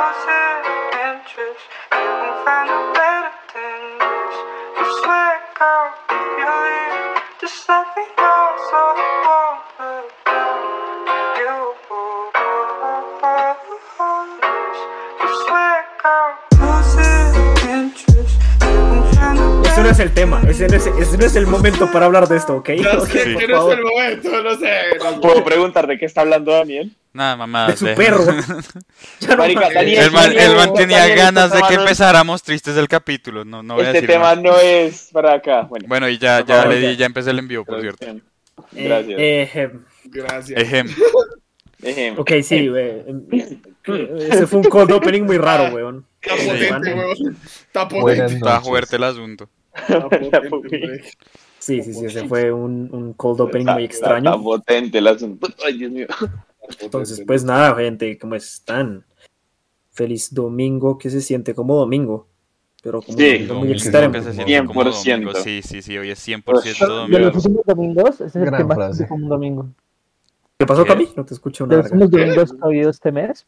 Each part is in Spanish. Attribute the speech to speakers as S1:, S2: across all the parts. S1: Losing interest, you can find a better than this. You swear, girl, if you leave, just let me know so I won't look down. You, you swear, girl, losing interest, you can find a
S2: Ese no
S1: better
S2: es el tema, ese no es, ese no es el momento para hablar de esto, ¿ok?
S3: No
S2: Ok,
S3: sé,
S2: por
S3: que no
S2: favor.
S3: es el momento, no sé. no-
S4: ¿Puedo preguntar de qué está hablando Daniel?
S5: Nada, mamá.
S2: De su perro. Ya no
S4: Marica,
S2: mames.
S4: Daniel,
S5: El man, el man
S4: Daniel,
S5: tenía
S4: Daniel,
S5: ganas de
S4: este
S5: que
S4: man-
S5: empezáramos tristes el capítulo. No, no voy a
S4: este
S5: decir
S4: tema
S5: más.
S4: no es para acá. Bueno,
S5: Bueno, y ya,
S4: Por
S5: ya
S4: favor,
S5: le
S2: ya.
S5: di, ya empecé el envío, por cierto.
S4: traducción.
S2: Eh,
S4: Gracias.
S2: eh, eh,
S3: Gracias.
S5: Ejem.
S4: Ejemplo.
S2: ok, sí, güey. eh, Ese fue un cold opening muy raro, weón.
S3: Está potente,
S2: Sí.
S3: huevón. Está
S6: Buenas
S3: potente.
S5: Está
S6: noches.
S5: fuerte el asunto.
S3: Está potente,
S4: pupi.
S3: hombre.
S2: Sí, sí, sí, ese fue un, un cold opening
S4: Está-
S2: muy
S4: está- Está
S2: extraño.
S4: potente el asunto. Ay, Dios mío.
S2: Entonces, pues nada, gente, ¿cómo están? Feliz domingo, que se siente como domingo. Pero como
S4: Sí,
S2: domingo muy
S5: Domingo,
S2: extremo.
S5: que se siente como
S4: 100%.
S5: domingo. Sí, sí, sí, hoy es 100%
S4: Pues,
S7: De los
S5: domingo.
S7: últimos domingos, ese es el
S6: Gran
S7: que más
S6: frase.
S7: como un domingo.
S2: ¿Qué pasó,
S5: ¿Qué?
S2: Cami? No te escucho
S7: De
S2: una
S7: los
S2: verga.
S7: últimos domingos que ha habido este mes,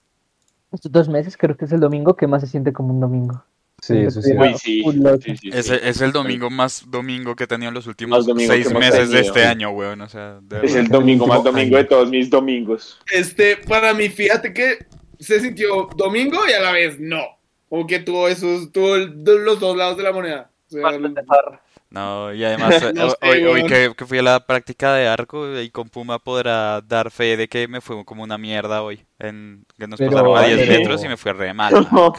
S7: estos dos meses, creo que es el domingo que más se siente como un domingo.
S6: Sí, eso sí.
S4: Uy, sí.
S7: Culote.
S4: sí, sí, sí.
S5: Es, es el domingo más domingo que he tenido en los últimos
S4: Más domingo que
S5: seis
S4: hemos
S5: meses de
S4: tenido.
S5: este año, weón. O sea, de
S4: Es
S5: verdad.
S4: el domingo más domingo de todos mis domingos.
S3: Este, para mí, fíjate que se sintió domingo y a la vez no. Como que tuvo esos, tuvo el- los dos lados de la moneda. O sea,
S7: Bastante farra.
S5: No, y además eh,
S3: No sé,
S5: hoy, hoy
S3: weón.
S5: que, que fui a la práctica de arco eh, y con Puma podrá dar fe de que me fue como una mierda hoy. En, que nos
S6: Pero,
S5: pasaron a 10
S4: pero-
S5: metros y me fue re mal. man.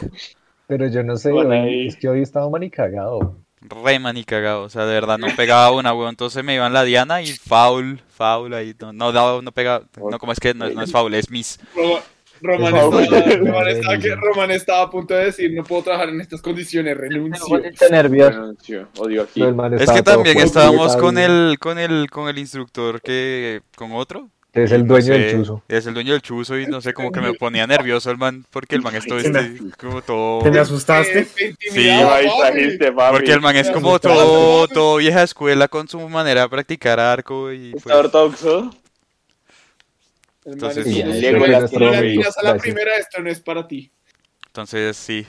S6: Pero yo no sé,
S4: Hola,
S6: hoy-
S4: ahí.
S6: es que hoy estaba manicagado.
S5: Re manicagado. O sea, de verdad no pegaba una, weón. Entonces me iban la diana y foul, foul ahí. No, no daba, no pegaba. No, como es que no, es- no es foul, es miss.
S3: Roma- Román,
S4: Por
S3: estaba,
S6: favor.
S3: Román estaba que- Román estaba a punto de decir, no puedo trabajar en estas condiciones, renuncio.
S7: Está nervioso.
S4: Renuncio, Odio aquí.
S6: Pero el man
S5: Es
S6: estaba
S5: que
S6: todo
S5: también
S6: fuerte,
S5: estábamos
S6: estaba
S5: con
S6: bien.
S5: el, con el, con el instructor que, con otro.
S6: Que Es el
S5: no
S6: dueño
S5: sé,
S6: del chuzo.
S5: Es el dueño del chuzo y no sé, como que me ponía nervioso el man, porque el man esto
S2: Sí,
S5: este, como todo.
S2: Te me asustaste.
S3: Te- te
S4: Sí,
S3: intimidaba,
S4: ahí
S3: papi.
S4: trajiste, papi.
S5: Porque el man es
S3: Me
S5: como
S2: asustaste.
S5: todo, todo vieja escuela con su manera de practicar arco y
S4: ¿Está
S5: pues,
S4: ortodoxo?
S3: El man
S5: Entonces,
S3: es
S6: sí,
S3: como,
S6: ya,
S3: si
S4: Diego
S3: no
S4: era
S3: le
S4: nuestro
S3: tiras
S6: amigo.
S3: a la
S6: Gracias.
S3: primera, esto no es para ti.
S5: entonces sí.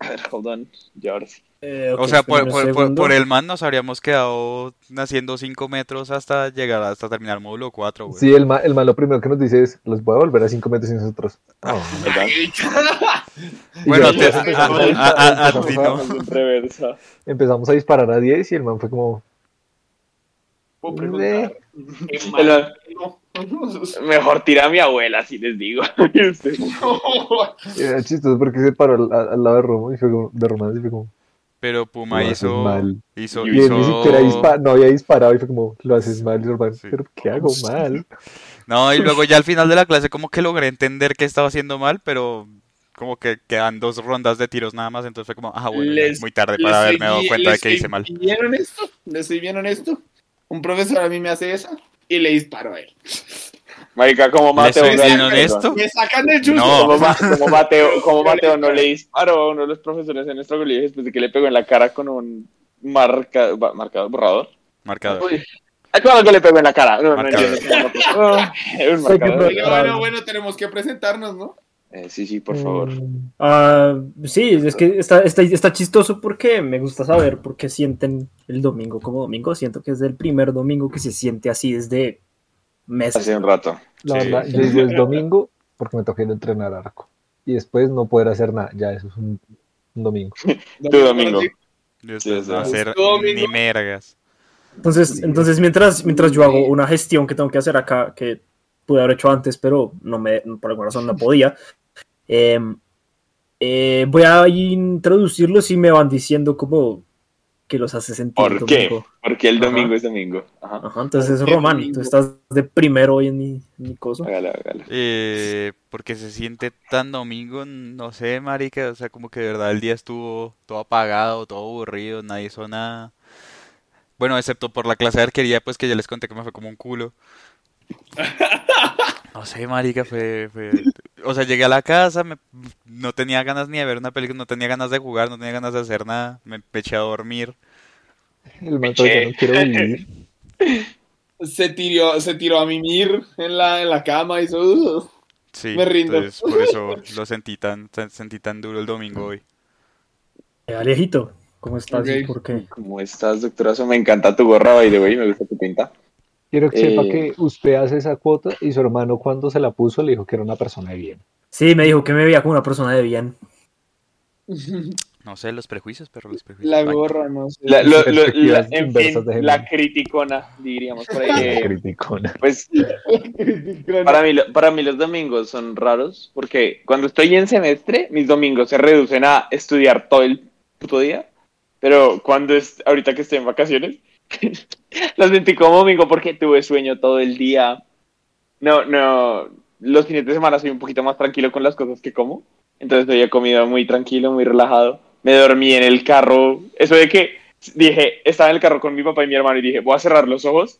S4: A ver, hold on. Ya ahora sí.
S2: Eh, ok,
S5: O sea, por,
S2: espérame un
S5: por- por-
S2: segundo.
S5: por el man nos habríamos quedado haciendo 5 metros hasta llegar hasta terminar el módulo 4, güey.
S6: Sí, el man, el man lo primero que nos dice es, los voy a volver a 5 metros sin nosotros.
S4: ¿Verdad?
S6: Y
S5: Bueno,
S6: ya
S5: te- a, a- a- a ti no.
S4: Vamos en reversa.
S6: empezamos a disparar a 10 y el man fue como,
S3: Puedo preguntar. Qué
S4: El
S3: mal.
S4: man, Mejor tira a mi abuela, si les digo. Este, Y usted,
S6: era chistoso porque se paró al, al- al lado de Romo y fue como, de Román y fue como,
S5: Pero Puma
S6: Lo haces
S5: hizo,
S6: mal.
S5: hizo,
S6: y él ni siquiera
S5: hizo-
S6: dispa- no había disparado y fue como, lo haces mal, y Román,
S5: Sí.
S6: pero ¿qué hago mal?
S5: No, y luego ya al final de la clase como que logré entender que estaba haciendo mal, pero como que quedan dos rondas de tiros nada más, entonces fue como, ah, bueno, ya es
S3: Les-
S5: muy tarde
S3: Les
S5: para haberme dado
S3: soy-
S5: cuenta de
S3: les
S5: que
S3: soy
S5: hice mal.
S3: bien honesto, les soy bien honesto. Un profesor a mí me hace esa y le disparo a él.
S4: Marica, como
S5: ¿Le
S4: Mateo.
S5: soy
S4: no
S5: bien
S4: le-
S5: honesto?
S3: Me sacan del chuzo.
S5: No.
S4: Como, Ma- como Mateo, como Mateo no le disparó a uno de los profesores en nuestro colegio después de que le pegó en la cara con un marca, ba- marcador, borrador.
S5: Marcador.
S4: Uy, claro que le pegó en la cara. No, no
S5: Marcador.
S4: entiendo cómo lo puso. Ah, un
S7: Sé que
S4: marcador.
S3: Bueno, bueno, bueno, tenemos que presentarnos, ¿no?
S4: Eh, sí, sí, por favor.
S7: Mm,
S2: Ah, sí, es que está, está, está chistoso porque me gusta saber por qué sienten el domingo como domingo. Siento que es el primer domingo que se siente así desde meses.
S4: Hace un rato.
S6: La
S5: Sí.
S6: verdad, yo digo, es domingo porque me toca ir a entrenar arco. Y después no poder hacer nada, ya eso es un, un domingo.
S4: Tu domingo.
S5: Después
S4: Sí,
S5: no
S4: sí.
S5: hacer
S3: Domingo.
S5: ni mergas.
S2: Entonces, entonces mientras, mientras yo hago una gestión que tengo que hacer acá, que pude haber hecho antes, pero no me, por alguna razón no podía, eh, eh, voy a introducirlos y me van diciendo como que los hace sentir
S4: ¿Por qué?
S2: domingo. Ah.
S4: Porque el
S2: Ajá.
S4: domingo es domingo. Ajá.
S2: Ajá, entonces,
S3: ¿Por qué
S2: Román,
S3: domingo?
S2: tú estás de primero hoy en mi, en mi coso.
S4: Hágalo, hágalo.
S5: Eh, porque se siente tan domingo, no sé, marica, o sea, como que de verdad el día estuvo todo apagado, todo aburrido, nadie hizo nada. Bueno, excepto por la clase de arquería, pues que ya les conté que me fue como un culo. No sé, marica, fue, fue- O sea, llegué a la casa, me- no tenía ganas ni de ver una película, no tenía ganas de jugar, no tenía ganas de hacer nada, me eché a dormir.
S6: El man todavía no quiero vivir.
S3: Se tiró, se tiró a mimir en la, en la cama y hizo. "Ugh".
S5: Sí,
S3: Me rindo.
S5: entonces por eso lo sentí tan, tan- sentí tan duro el domingo hoy.
S2: Eh, Alejito, ¿cómo estás?
S3: Ok.
S2: ¿Y ¿Por qué?
S4: ¿Cómo estás, doctorazo? Me encanta tu gorra, by the way, me gusta tu pinta.
S6: Quiero que sepa
S4: Eh.
S6: que usted hace esa cuota y su hermano cuando se la puso le dijo que era una persona de bien.
S2: Sí, me dijo que me veía como una persona de bien.
S5: No sé, los prejuicios, pero los
S3: uh,
S5: prejuicios.
S3: La
S5: van.
S3: gorra, no sé.
S4: La, lo- lo- la-
S6: Perspectivas
S4: en
S6: inversas
S4: fin,
S6: de
S4: la
S6: género.
S4: criticona, diríamos por ahí.
S6: Una
S4: Eh,
S6: criticona.
S4: Pues para mí, lo- para mí los domingos son raros porque cuando estoy en semestre, mis domingos se reducen a estudiar todo el puto día. Pero cuando es, ahorita que estoy en vacaciones, los sentí como domingo porque tuve sueño todo el día. No, no, los fines de semana soy un poquito más tranquilo con las cosas que como. Entonces hoy he comido muy tranquilo, muy relajado. Me dormí en el carro. Eso de que dije, estaba en el carro con mi papá y mi hermano y dije, voy a cerrar los ojos.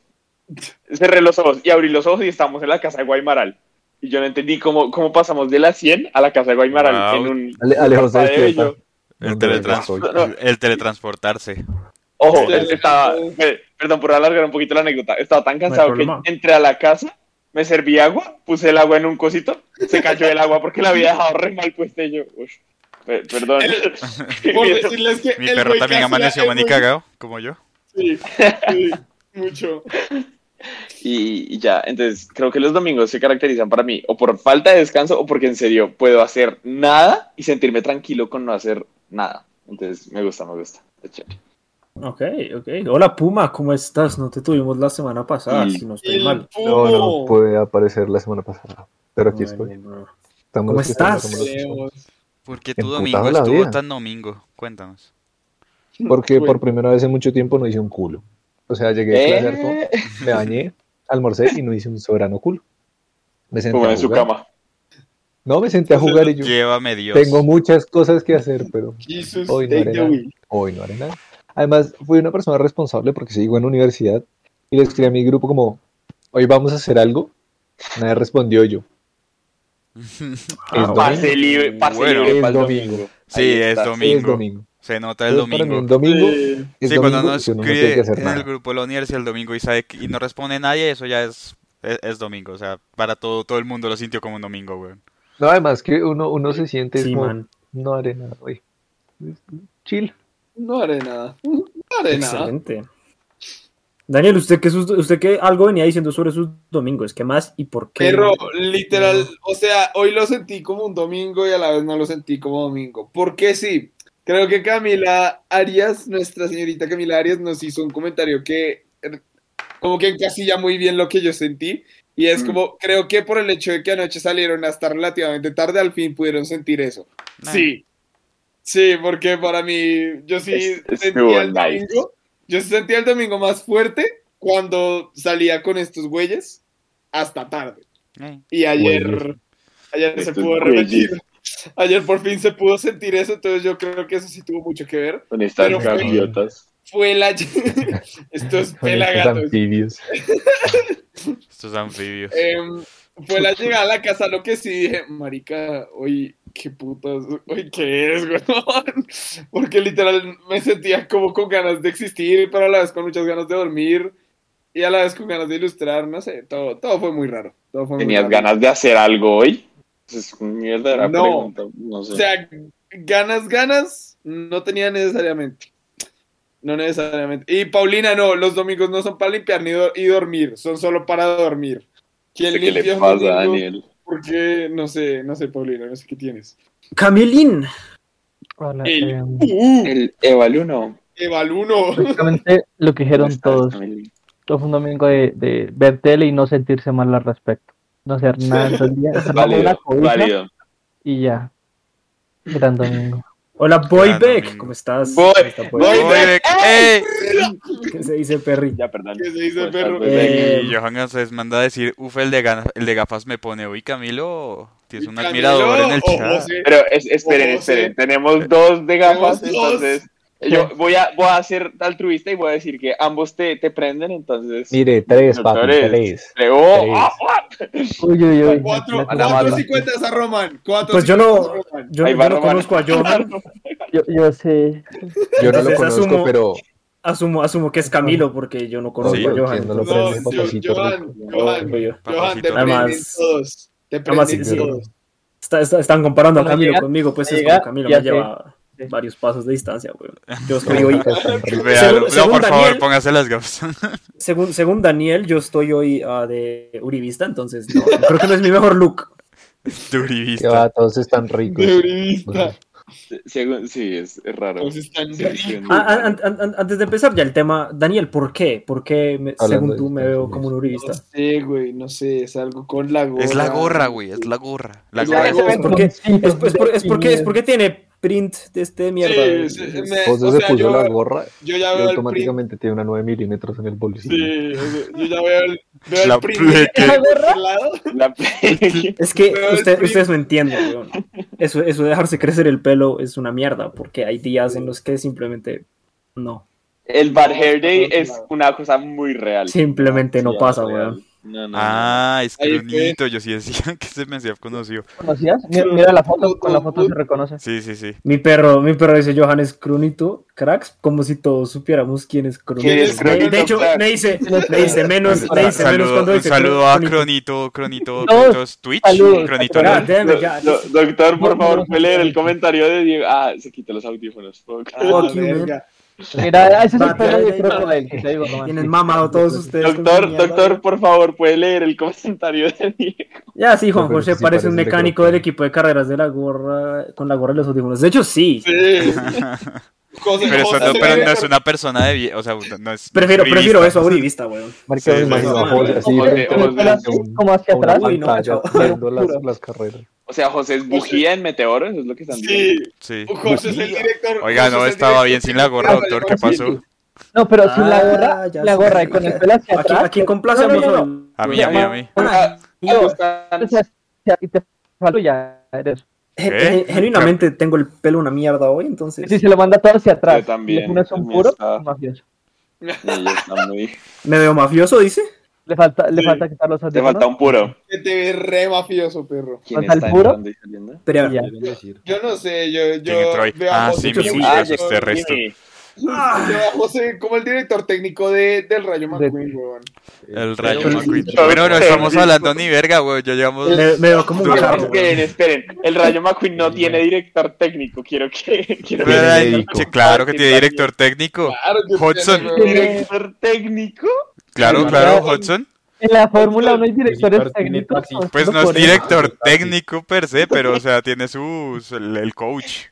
S4: Cerré los ojos y abrí los ojos y estamos en la casa de Guaymaral. Y yo no entendí cómo, cómo pasamos de la 100 a la casa de Guaymaral
S5: Wow.
S4: en un...
S6: Ale- Alejo se
S4: parpadeo y yo-
S6: despierta.
S5: El,
S6: ¿Dónde
S5: teletrans-
S6: estoy?
S5: el teletransportarse.
S4: Ojo,
S3: Sí, sí,
S4: estaba,
S3: sí.
S4: eh, perdón por alargar un poquito la anécdota, estaba tan
S2: hay
S4: cansado que
S2: problema.
S4: entré a la casa, me serví agua, puse el agua en un cosito, se cayó el agua porque la había dejado re mal puesta y yo, uy, pe- perdón.
S3: Por decirles que
S5: Mi
S3: el
S5: perro
S3: güey
S5: también
S3: casi la-
S5: amaneció
S3: el
S5: maní
S3: güey-
S5: cagado, como yo.
S3: Sí, sí, mucho.
S4: y, y ya, entonces creo que los domingos se caracterizan para mí o por falta de descanso o porque en serio puedo hacer nada y sentirme tranquilo con no hacer nada. Entonces me gusta, me gusta. Está chévere.
S2: Ok, ok. Hola Puma, ¿cómo estás? No te tuvimos la semana pasada,
S4: Y-
S2: si no estoy
S3: El
S2: mal.
S6: No, no pues.
S3: pumo.
S6: pude aparecer la semana pasada. Pero aquí
S2: Bueno,
S6: estoy.
S2: bro.
S6: Estamos
S2: ¿Cómo
S6: los que estamos,
S2: estás?
S6: somos los que somos.
S3: Leos.
S5: Porque tu
S6: Emputado
S5: domingo
S6: la
S5: estuvo
S6: vida.
S5: tan domingo. Cuéntanos.
S6: Porque
S3: Uy.
S6: por primera vez en mucho tiempo no hice un culo. O sea, llegué de clase harto,
S4: Eh,
S6: me bañé, almorcé y no hice un soberano culo. Me senté
S4: como
S6: a
S4: en su
S6: jugar.
S4: cama.
S6: No, me senté a jugar y yo
S5: Llévame Dios.
S6: tengo muchas cosas que hacer, pero
S3: Jesus,
S6: Hoy no
S3: take
S6: haré
S3: the
S6: nada.
S3: wheel.
S6: hoy no haré nada. Además, fui una persona responsable porque sigo en universidad y le escribí a mi grupo como, hoy vamos a hacer algo. Nadie respondió yo.
S2: Ah,
S6: Es
S2: bueno.
S4: Pase libre, pase
S5: Bueno.
S4: libre
S6: Es
S4: para el
S6: domingo.
S4: domingo.
S5: Sí,
S4: Ahí
S5: es
S4: está.
S5: domingo.
S6: Es domingo.
S5: Se nota el
S6: Entonces, para mí,
S5: domingo.
S6: un domingo
S3: Eh,
S6: es
S5: sí,
S6: domingo
S5: cuando uno
S6: y uno no tiene
S5: escribe
S6: que hacer
S5: en el
S6: nada.
S5: grupo de la universidad el domingo y, sabe que- y no responde nadie, eso ya es, es, es domingo. O sea, para todo, todo el mundo lo sintió como un domingo, güey.
S6: No, además que uno, uno se siente
S2: Sí,
S6: como,
S2: man.
S6: no haré nada hoy. Chill.
S3: no haré nada. No haré nada.
S2: Excelente. Daniel, ¿usted qué, sus- usted qué algo venía diciendo sobre sus domingos? ¿Qué más y por qué?
S3: Pero literal, o sea, hoy lo sentí como un domingo y a la vez no lo sentí como domingo. Porque sí, creo que Camila Arias, nuestra señorita Camila Arias, nos hizo un comentario que eh, como que encasilla muy bien lo que yo sentí. Y es
S4: Mm.
S3: como, creo que por el hecho de que anoche salieron hasta relativamente tarde, al fin pudieron sentir eso.
S5: Nah.
S3: Sí. Sí, porque para mí, yo sí
S4: Es- es
S3: sentía el
S4: true, nice.
S3: domingo. Yo sí sentía el domingo más fuerte cuando salía con estos güeyes hasta tarde.
S5: Eh,
S3: Y ayer,
S6: Güeyes.
S3: ayer se
S4: Estos
S3: pudo
S4: güeyes.
S3: repetir. Ayer por fin se pudo sentir eso, entonces yo creo que eso sí tuvo mucho que ver.
S4: Con estas
S3: Pero fue-
S4: gaviotas.
S3: Fue la.
S6: Con
S3: Estos
S6: estos
S3: pelagatos.
S6: anfibios.
S5: estos anfibios.
S3: Em, fue la llegada a la casa, lo que sí dije, marica, hoy qué putas, hoy qué es, weón. Porque literal me sentía como con ganas de existir, pero a la vez con muchas ganas de dormir y a la vez con ganas de ilustrar, no sé, todo, todo fue muy raro. Todo fue muy
S4: ¿Tenías
S3: raro.
S4: ganas de hacer algo hoy? Es una mierda,
S3: No.
S4: no. pregunta. No sé.
S3: O sea, ganas, ganas, no tenía necesariamente. No necesariamente. Y Paulina, no, los domingos no son para limpiar ni do- y dormir, son solo para dormir. ¿Quién
S4: ¿Qué
S3: limpia
S4: le
S3: un
S4: pasa,
S3: domingo?
S4: Daniel?
S3: Porque no sé, no sé, Paulina, no sé qué tienes.
S2: Camilín.
S7: Hola,
S3: El-
S7: em,
S3: Uh,
S4: El Evaluno.
S3: Eh, Evaluno.
S7: básicamente lo que dijeron todos. Todo fue un domingo de, de ver tele y no sentirse mal al respecto. No hacer nada en todo el día. estar bajo una
S4: Válido,
S7: cobija
S4: válido.
S7: y ya. Gran domingo.
S2: Hola
S5: Gran
S2: Boybeck,
S5: domingo.
S2: ¿cómo estás?
S4: Boy-
S2: ¿Cómo está, Boy
S3: Boy-
S2: Beck?
S5: Oye, ¡eh!
S2: ¿Qué se dice, Perry?
S4: Ya, perdón.
S3: ¿Qué se dice,
S4: Pues,
S3: perro?
S4: pues,
S2: Eh,
S5: Y Johan González manda a decir, uf, el de, gana- el de gafas me pone hoy, Camilo. Tienes un
S3: Camilo,
S5: admirador en el
S3: ojo,
S5: chat.
S3: sí.
S4: Pero es- esperen,
S3: Ojo, sí.
S4: esperen. Tenemos dos de gafas,
S3: Tenemos dos.
S4: entonces. Yo voy a, voy a ser altruista y voy a decir que ambos te, te prenden, entonces.
S6: Mire, tres, papi,
S4: Doctores.
S6: tres.
S4: Creo- ¡Oh!
S6: Tres.
S4: ¡Ah! ¡Ah!
S7: Uy, uy, uy.
S3: Cuatro,
S4: A la
S3: cuatro
S4: banda.
S3: cincuentas a Roman. Cuatro
S2: Pues yo
S3: cincuentas
S2: no-
S3: a Roman.
S2: Yo,
S4: Ahí
S2: yo
S4: va
S2: no
S4: Román.
S2: conozco a Johan,
S7: Yo, yo sé.
S6: Yo no lo
S2: Entonces,
S6: conozco,
S2: asumo-
S6: pero
S2: asumo, asumo que es Camilo porque yo no conozco
S5: Sí,
S2: a Johan.
S6: entiendo lo
S3: No,
S6: prende,
S3: yo-
S6: papacito
S3: Johan,
S6: rico.
S3: Johan,
S2: Obvio.
S3: Johan, te
S5: Papacito.
S3: prenden
S2: Además-
S3: todos. Te
S2: Además,
S3: prenden
S2: sí, sí.
S3: todos.
S2: Está- está- están comparando a
S7: Cuando
S2: Camilo
S7: llega-
S2: conmigo, pues es
S7: llega,
S2: como Camilo
S7: ya
S2: me lleva
S7: sé. Sí.
S2: varios pasos de distancia, güey. Yo estoy hoy,
S6: Pues
S5: Vea,
S2: Según-
S5: no,
S2: según
S5: por favor,
S2: Daniel-
S5: póngase las gafas.
S2: según, según Daniel, yo estoy hoy ah, de Uribista, entonces no, creo que no es mi mejor look.
S6: Que
S5: Durivista.
S6: va, todos están ricos.
S3: De uribista.
S4: Según- sí, es, es raro.
S3: Todos están
S4: Sí, sí,
S3: ricos.
S4: sí.
S2: Ah, an- an- an- an- antes de empezar ya el tema, Daniel, ¿por qué? ¿Por qué, me-
S6: Hablando
S2: según
S6: de
S2: tú, me
S6: distancia,
S2: veo
S6: sí.
S2: como un Uribista?
S3: No sé, güey, no sé, es algo con la gorra.
S5: Es la gorra, güey, es la gorra. La
S3: Es la
S5: gorra.
S3: gorra.
S2: Es porque, es,
S7: pues,
S2: es pues, por- es porque, es porque tiene print de este mierda.
S3: Sí, sí,
S2: Es-
S3: me-
S6: José
S3: o
S6: se
S3: sea,
S6: puso
S3: yo-
S6: la gorra
S3: Yo ya
S6: y
S3: veo el print.
S6: automáticamente tiene una 9 milímetros en el bolsillo.
S3: Sí, yo ya veo el, veo
S5: La
S3: el print.
S5: pleque.
S3: ¿La gorra?
S4: La play.
S2: Es que
S3: Pero el
S2: usted-
S3: print-
S2: ustedes no entienden, weón. Eso, eso de dejarse crecer el pelo es una mierda, porque hay días en los que simplemente no.
S4: El Bad Hair Day
S3: No,
S4: es
S3: claro.
S4: una cosa muy real.
S2: Simplemente no
S4: Sí,
S2: pasa,
S4: real.
S2: weón.
S4: No, no, no.
S5: Ah, es
S3: Ahí
S5: que
S3: fue.
S5: bonito, yo sí decía que se me hacía conocido.
S7: ¿Conocías? Mira, mira la foto, con la foto se reconoce.
S5: Sí, sí, sí.
S2: Mi perro, mi perro dice Johannes Crunito, cracks, como si todos supiéramos quién es Crunito.
S4: ¿Quién es Crunito,
S2: de hecho,
S4: crack?
S2: me dice, me dice menos, me dice menos
S5: Saludo-
S2: cuando
S5: un
S2: dice
S5: saludo a
S2: Crunito.
S5: Cronito, Cronito,
S7: No,
S5: Cronitos Twitch,
S7: saludos,
S5: Cronito
S2: God
S5: LOL.
S2: damn
S4: Do-
S2: it, ya.
S4: do- doctor, por
S7: No, no,
S4: favor,
S7: no.
S4: puede leer el comentario de Diego. Ah, se quitó los audífonos.
S2: Fuck
S3: Ah,
S2: you,
S3: verga.
S7: Mira, ese es el
S2: Bata, ya,
S7: pelo de
S2: ya,
S7: Crocodile, que te digo, Román.
S2: Tienen mamado todos ustedes. con su
S4: Doctor,
S2: mierda,
S4: doctor,
S2: weón.
S4: por favor, puede leer el comentario de Diego.
S2: Ya, sí, Juan
S6: Pero
S2: José
S6: sí
S2: parece
S6: parece
S2: un
S6: de
S2: mecánico
S6: Crunito.
S2: del equipo de carreras de la gorra, con la gorra y los audífonos. De hecho, sí.
S3: Sí. José-
S5: Pero, eso
S3: José
S5: no, pero
S3: Vega.
S5: no es una persona de vie- o sea, no es
S2: Prefiero,
S5: uribista.
S2: prefiero eso a Uribista, weón.
S6: Marica,
S5: Sí,
S6: me
S5: sí,
S6: imagino
S4: sí.
S6: a José así
S4: Ojo,
S6: frente
S4: ojo,
S6: a un-
S7: así, como hacia
S6: a una
S7: atrás.
S2: Uy, no,
S6: pantalla,
S2: chao.
S6: viendo las, las carreras.
S4: O sea, José es bugía en meteoros, es lo que están diciendo.
S3: Sí,
S5: Sí.
S3: José es el director.
S5: Oiga, no
S3: José es el
S5: estaba bien
S3: director.
S5: sin la gorra, doctor, ¿qué pasó?
S7: No, pero si la
S2: Ah,
S7: gorra,
S2: ya
S7: la
S2: sé.
S7: gorra y con el pelo hacia
S2: Aquí,
S7: atrás.
S2: aquí complace
S7: no,
S2: a
S7: no, no,
S2: Mozart.
S7: no,
S5: A mí, a mí, a mí.
S4: Ah,
S2: Yo-
S4: algo tan-
S7: hacia- hacia- Y te fallo ya, eres.
S2: Gen-
S5: ¿Eh?
S2: gen- Genuinamente tengo el pelo una mierda hoy, entonces.
S7: Si se lo manda todo hacia atrás.
S4: Yo también,
S7: Le pones un
S4: también
S7: puro,
S4: está.
S7: mafioso.
S4: Sí, está muy-
S2: Me veo mafioso, dice.
S7: Le falta, le
S3: Sí.
S7: falta quitar los
S4: Te
S7: audífonos.
S4: falta un puro.
S3: Que te ve re mafioso, perro.
S4: ¿Quién
S7: ¿Falta el
S4: está
S7: puro?
S4: entrando y saliendo?
S2: Pero,
S7: Ya.
S3: Yo no sé, yo,
S5: ¿Quién
S3: yo
S5: entró ahí?
S3: veo a
S5: Ah,
S3: José,
S5: sí,
S2: Yo
S5: mi
S2: sí.
S5: Jimmy,
S2: Ah,
S5: pues, este resto.
S4: Jimmy.
S3: yo veo a José como el director técnico de, del Rayo McQueen, weón.
S5: El rayo
S2: Pero-
S5: McQueen.
S4: Pero-
S5: Bueno, no estamos
S4: Pero-
S5: hablando ni verga, güey. Ya llevamos.
S2: me, me veo como un
S5: Tú-
S2: macarro.
S4: Esperen, esperen. El Rayo McQueen no tiene director técnico. Quiero que. Quiero que-
S5: Pero-
S6: médico.
S5: Sí, claro que tiene director técnico.
S3: Claro que
S5: Hudson.
S3: tiene, weón.
S4: ¿Director técnico?
S5: Claro,
S3: Sí,
S5: claro,
S3: claro.
S5: Hudson.
S7: En la Fórmula 1 hay
S6: Tiene
S7: directores técnicos.
S6: taxi.
S7: conocidos
S5: Pues no es
S7: por eso.
S5: director técnico per se, pero o sea, tiene sus. el, el coach.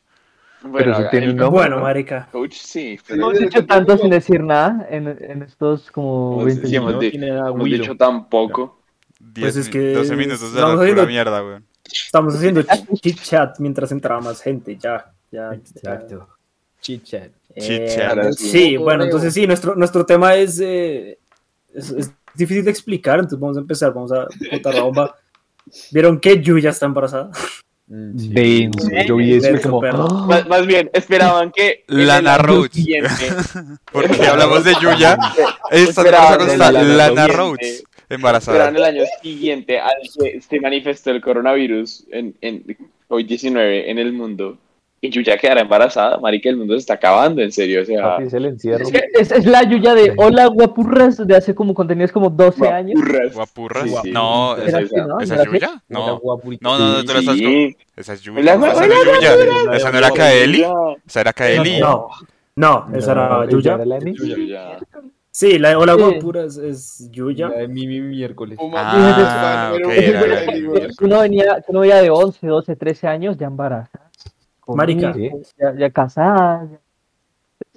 S6: Pero eso tiene un
S4: el
S6: nombre.
S2: Bueno, marica.
S4: coach sí. pero-
S7: Hemos dicho tanto sin decir nada en, en estos como
S4: Pues,
S7: 20
S4: sí, hemos
S7: minutos.
S4: di- hemos dicho tampoco.
S5: 10,
S2: Pues es
S5: mi-
S2: que
S5: 12 minutos de la
S2: estamos
S5: pura
S2: haciendo-
S5: mierda, güey.
S2: Estamos haciendo chit chat mientras entraba más gente. Ya, ya. ya.
S8: Exacto. Chicha.
S2: Eh,
S5: Chit-chat.
S4: Ahora sí.
S2: sí, bueno, entonces sí, nuestro, nuestro tema es, eh, es, es difícil de explicar, entonces vamos a empezar, vamos a botar la bomba. ¿Vieron que Yu ya está embarazada?
S6: Denso. Yo vi eso y como.
S2: Perro.
S6: ¡ah!
S4: Más, más bien, esperaban que. en
S5: Lana
S4: el año
S5: Rhodes.
S4: siguiente-
S5: Porque hablamos de Yuya. Esta
S4: Espera,
S5: cosa con esta
S4: Lana
S5: Lana
S4: Rhodes.
S5: Rhodes.
S4: Esperaban
S5: Embarazada.
S4: el año siguiente al que se manifestó el coronavirus en, en hoy 19 en el mundo. Y Yuya quedará embarazada, marica, el mundo se está acabando, en serio, o sea,
S6: Papi, es el encierro.
S7: Es, que es- es la Yuya de Hola Guapurras de hace como contenidos como 12 años.
S4: guapurras.
S5: Guapurras.
S4: Sí, sí.
S5: No,
S4: Era
S5: esa,
S7: ¿Será
S4: esa-
S7: que no?
S5: ¿esa
S7: ¿Será
S5: es
S7: que-
S5: Yuya. No. No, no, no, tú la estás con.
S4: Sí.
S5: Esa es Yuya.
S4: Hola,
S5: Esa no
S4: hola,
S5: es Yuya.
S4: hola.
S5: Esa no era Kaeli. Esa era Kaeli.
S2: No, no, esa
S6: No,
S2: era Yuya.
S6: era la niña.
S4: Yuya.
S2: Sí, la de Hola
S7: Sí.
S2: Guapura es, es Yuya.
S8: La de mi, mi miércoles.
S3: Como-
S5: Ah, ok,
S3: Ese
S5: era
S3: fue
S5: la
S3: el
S5: Kaeli,
S3: weón.
S7: Que uno, venía, que uno venía de 11, 12, 13 años ya embarazada. con
S2: Marica.
S7: hijos, Ya, ya casada. ya-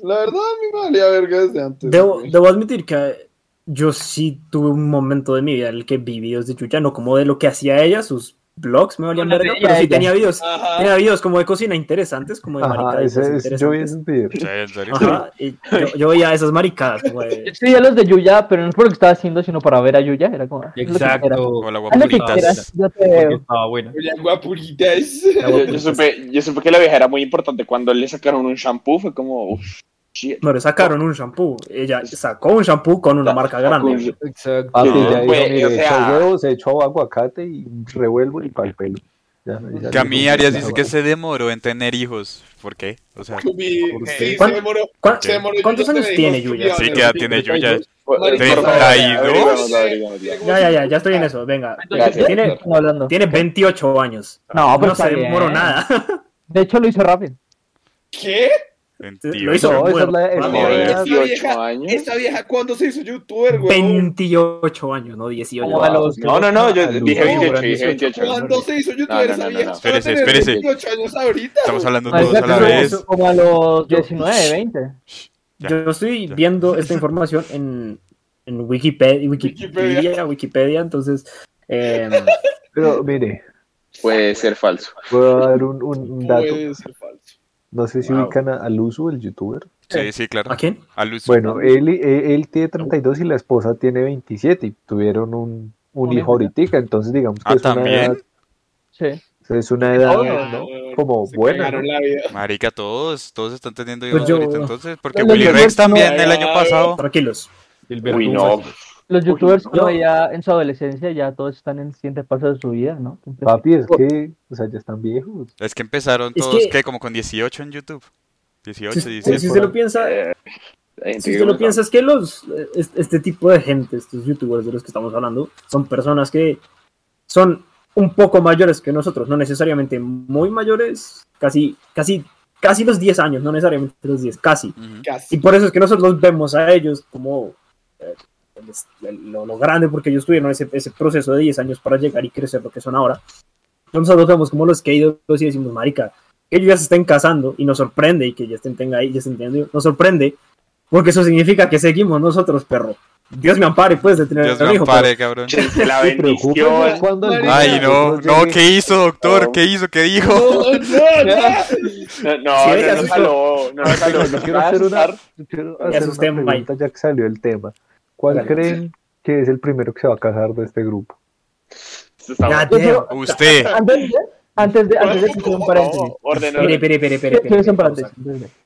S3: La verdad, a mí me valía verga desde antes.
S2: Debo,
S3: güey.
S2: debo admitir que eh, yo sí tuve un momento de mi vida en el que vi videos de Chucha, no como de lo que hacía ella, sus blogs me valían
S7: Bueno,
S2: verga,
S7: de
S2: pero sí
S7: ella.
S2: tenía videos,
S3: Ajá.
S2: tenía videos como de cocina interesantes, como de
S6: Ajá,
S2: maricadas
S6: ese es. Yo vi
S2: interesantes.
S6: eso. tío.
S5: Sí, en serio.
S2: Ajá, y yo, yo veía esas maricadas, como de-
S7: Yo seguía los de Yuya, pero no es por lo que estaba haciendo, sino para ver a Yuya. Era como. "Ah, haz lo que quieras,
S8: Exacto.
S5: Hola,
S7: Haz lo que
S8: Guapuritas.
S7: quieras, yo te
S8: Porque
S7: veo.
S8: estaba buena.
S3: Oye, guapuritas.
S4: Yo, yo supe, yo supe que la vieja era muy importante. Cuando le sacaron un shampoo, fue como, uff, shit.
S2: No, le sacaron un shampoo. Ella sacó un shampoo con una marca grande.
S8: Exacto.
S6: Papi,
S4: Sí,
S6: Ah, ya dijo,
S4: güey,
S6: mire,
S4: o sea-
S6: echo huevos, echo aguacate y revuelvo y pa'l pelo. Ya, ya
S5: Que a mí
S6: dijo,
S5: Arias
S6: ya,
S5: dice
S6: güey.
S5: que se demoró en tener hijos. ¿por qué? O sea,
S3: Sí,
S6: ¿Por qué?
S3: sí, se
S2: ¿Cuán-
S3: demoró.
S2: ¿Cuán-
S3: se demoró.
S2: ¿Cuántos
S3: Yo
S2: años
S3: te
S2: tiene
S3: digo,
S2: Yuya?
S5: sí
S3: Julián,
S5: que ya
S3: ¿no?
S5: tiene Yuya.
S3: Marica,
S4: Por favor,
S5: 32.
S4: abrigamos, abrigamos, ya.
S2: Ya, ya, ya, ya estoy en eso. Venga.
S4: Gracias.
S2: Tiene,
S7: No, hablando.
S2: tiene 28 años.
S7: No, pero
S2: No se
S7: está bien.
S2: demoró nada.
S7: De hecho, lo hizo rápido.
S3: ¿Qué?
S2: Lo hizo.
S6: No, esa es la-
S2: bueno,
S6: esa
S4: Tiene
S2: Joder.
S6: es la-
S4: 28 años.
S3: Esta vieja, ¿cuándo se hizo youtuber, weón?
S2: 28 años, no 18.
S7: Como a los-
S4: No, no, no, yo
S6: Al
S4: dije
S6: lugar.
S4: 28, dije 28.
S3: ¿Cuándo se hizo youtuber
S4: No, no,
S3: esa
S4: no, no,
S3: vieja?
S4: no.
S3: Solo
S5: Espérese,
S3: tener
S5: espérese.
S3: 28 años ahorita.
S5: Estamos hablando
S2: Ah,
S7: Marica,
S5: todos a la
S7: como-
S5: vez.
S7: Como a los
S2: Yo-
S7: 19, 20.
S5: Ya,
S2: Yo estoy
S5: ya.
S2: viendo esta información en, en Wikipedia, Wikipedia,
S3: Wikipedia.
S2: Wikipedia, entonces. em,
S6: Pero mire,
S4: Puede ser falso.
S6: voy a dar un, un- un dato.
S4: Pues,
S3: Puede ser falso.
S6: No sé si
S2: Wow.
S6: ubican a, a Luzu, el youtuber.
S5: Sí, sí, claro.
S2: ¿A quién?
S5: A Luis.
S6: Bueno, él, él, él tiene 32 y la esposa tiene 27 y tuvieron un, un
S7: Un hijo
S6: hijo ahorita, entonces digamos que
S5: Ah,
S6: es una edad,
S5: ¿también?
S7: Sí.
S6: es una edad
S3: Bueno, weón,
S6: como
S3: se
S6: buena. ¿no?
S3: cagaron la vida.
S5: Marica, todos, todos están teniendo
S2: Pues
S5: hijos
S2: yo-
S5: ahorita entonces, porque
S7: Los
S5: Willy
S7: youtubers
S5: Rex también
S3: no-
S5: el año pasado.
S2: Tranquilos.
S8: El
S4: Uy,
S8: verdugo
S4: no.
S8: fácil.
S7: Los youtubers
S2: no.
S7: pero ya en su adolescencia ya todos están en el siguiente paso de su vida, ¿no? Siempre-
S6: Papi, es que, o sea, ya están viejos.
S5: Es que empezaron
S2: Es
S5: todos,
S2: que-
S5: ¿qué? Como con 18 en YouTube. 18,
S2: Si, si- si
S5: 17.
S2: usted lo piensa,
S4: Eh, hay gente
S2: si
S4: que
S2: usted lo
S4: no
S2: piensa, es que los eh, es- este tipo de gente, estos youtubers de los que estamos hablando, son personas que son un poco mayores que nosotros, no necesariamente muy mayores, casi, casi, casi los 10 años, no necesariamente los 10, casi.
S5: Ujú.
S2: Y
S3: Casi.
S2: por eso es que nosotros los vemos a ellos como eh, les- lo, lo grande, porque ellos tuvieron ese, ese proceso de 10 años para llegar y crecer lo que son ahora. Entonces nosotros vemos como los que ídolos y decimos, marica, que ellos ya se estén casando y nos sorprende y que ya estén tenga ahí, ya estén teniendo, nos sorprende, porque eso significa que seguimos nosotros, perro. Dios me ampare, pues, de tener
S5: Dios
S2: un
S5: me
S2: hijo.
S5: ampare, cabrón.
S4: piensa. La
S6: Se preocupan
S4: bendición.
S6: cuando algún día
S5: Ay, no,
S6: nosotros
S5: no,
S6: llegue-
S5: ¿qué hizo, doctor? ¿Qué hizo? ¿Qué dijo?
S3: No, no, no.
S4: No,
S2: Sí,
S4: no,
S2: venga,
S4: no nos
S2: asusto.
S4: saló. No nos saló.
S6: Pero
S4: Nos
S6: quiero
S4: va a
S6: hacer una,
S4: asustar.
S6: quiero
S2: Me
S6: hacer
S2: asusté,
S6: una pregunta ya que salió el tema. ¿Cuál
S2: Hágale.
S6: creen que es el primero que se va a casar de este grupo?
S4: Esto está
S2: Ya,
S4: mal.
S7: Yo quiero-
S5: Usted.
S7: antes de, antes de, antes de que hicieron paréntesis.
S4: No, orden,
S2: Pere,
S4: orden.
S2: pere, pere, pere,
S7: Quiero-
S2: pere,
S7: quiero hacer un
S2: pausa.
S7: paréntesis, antes de-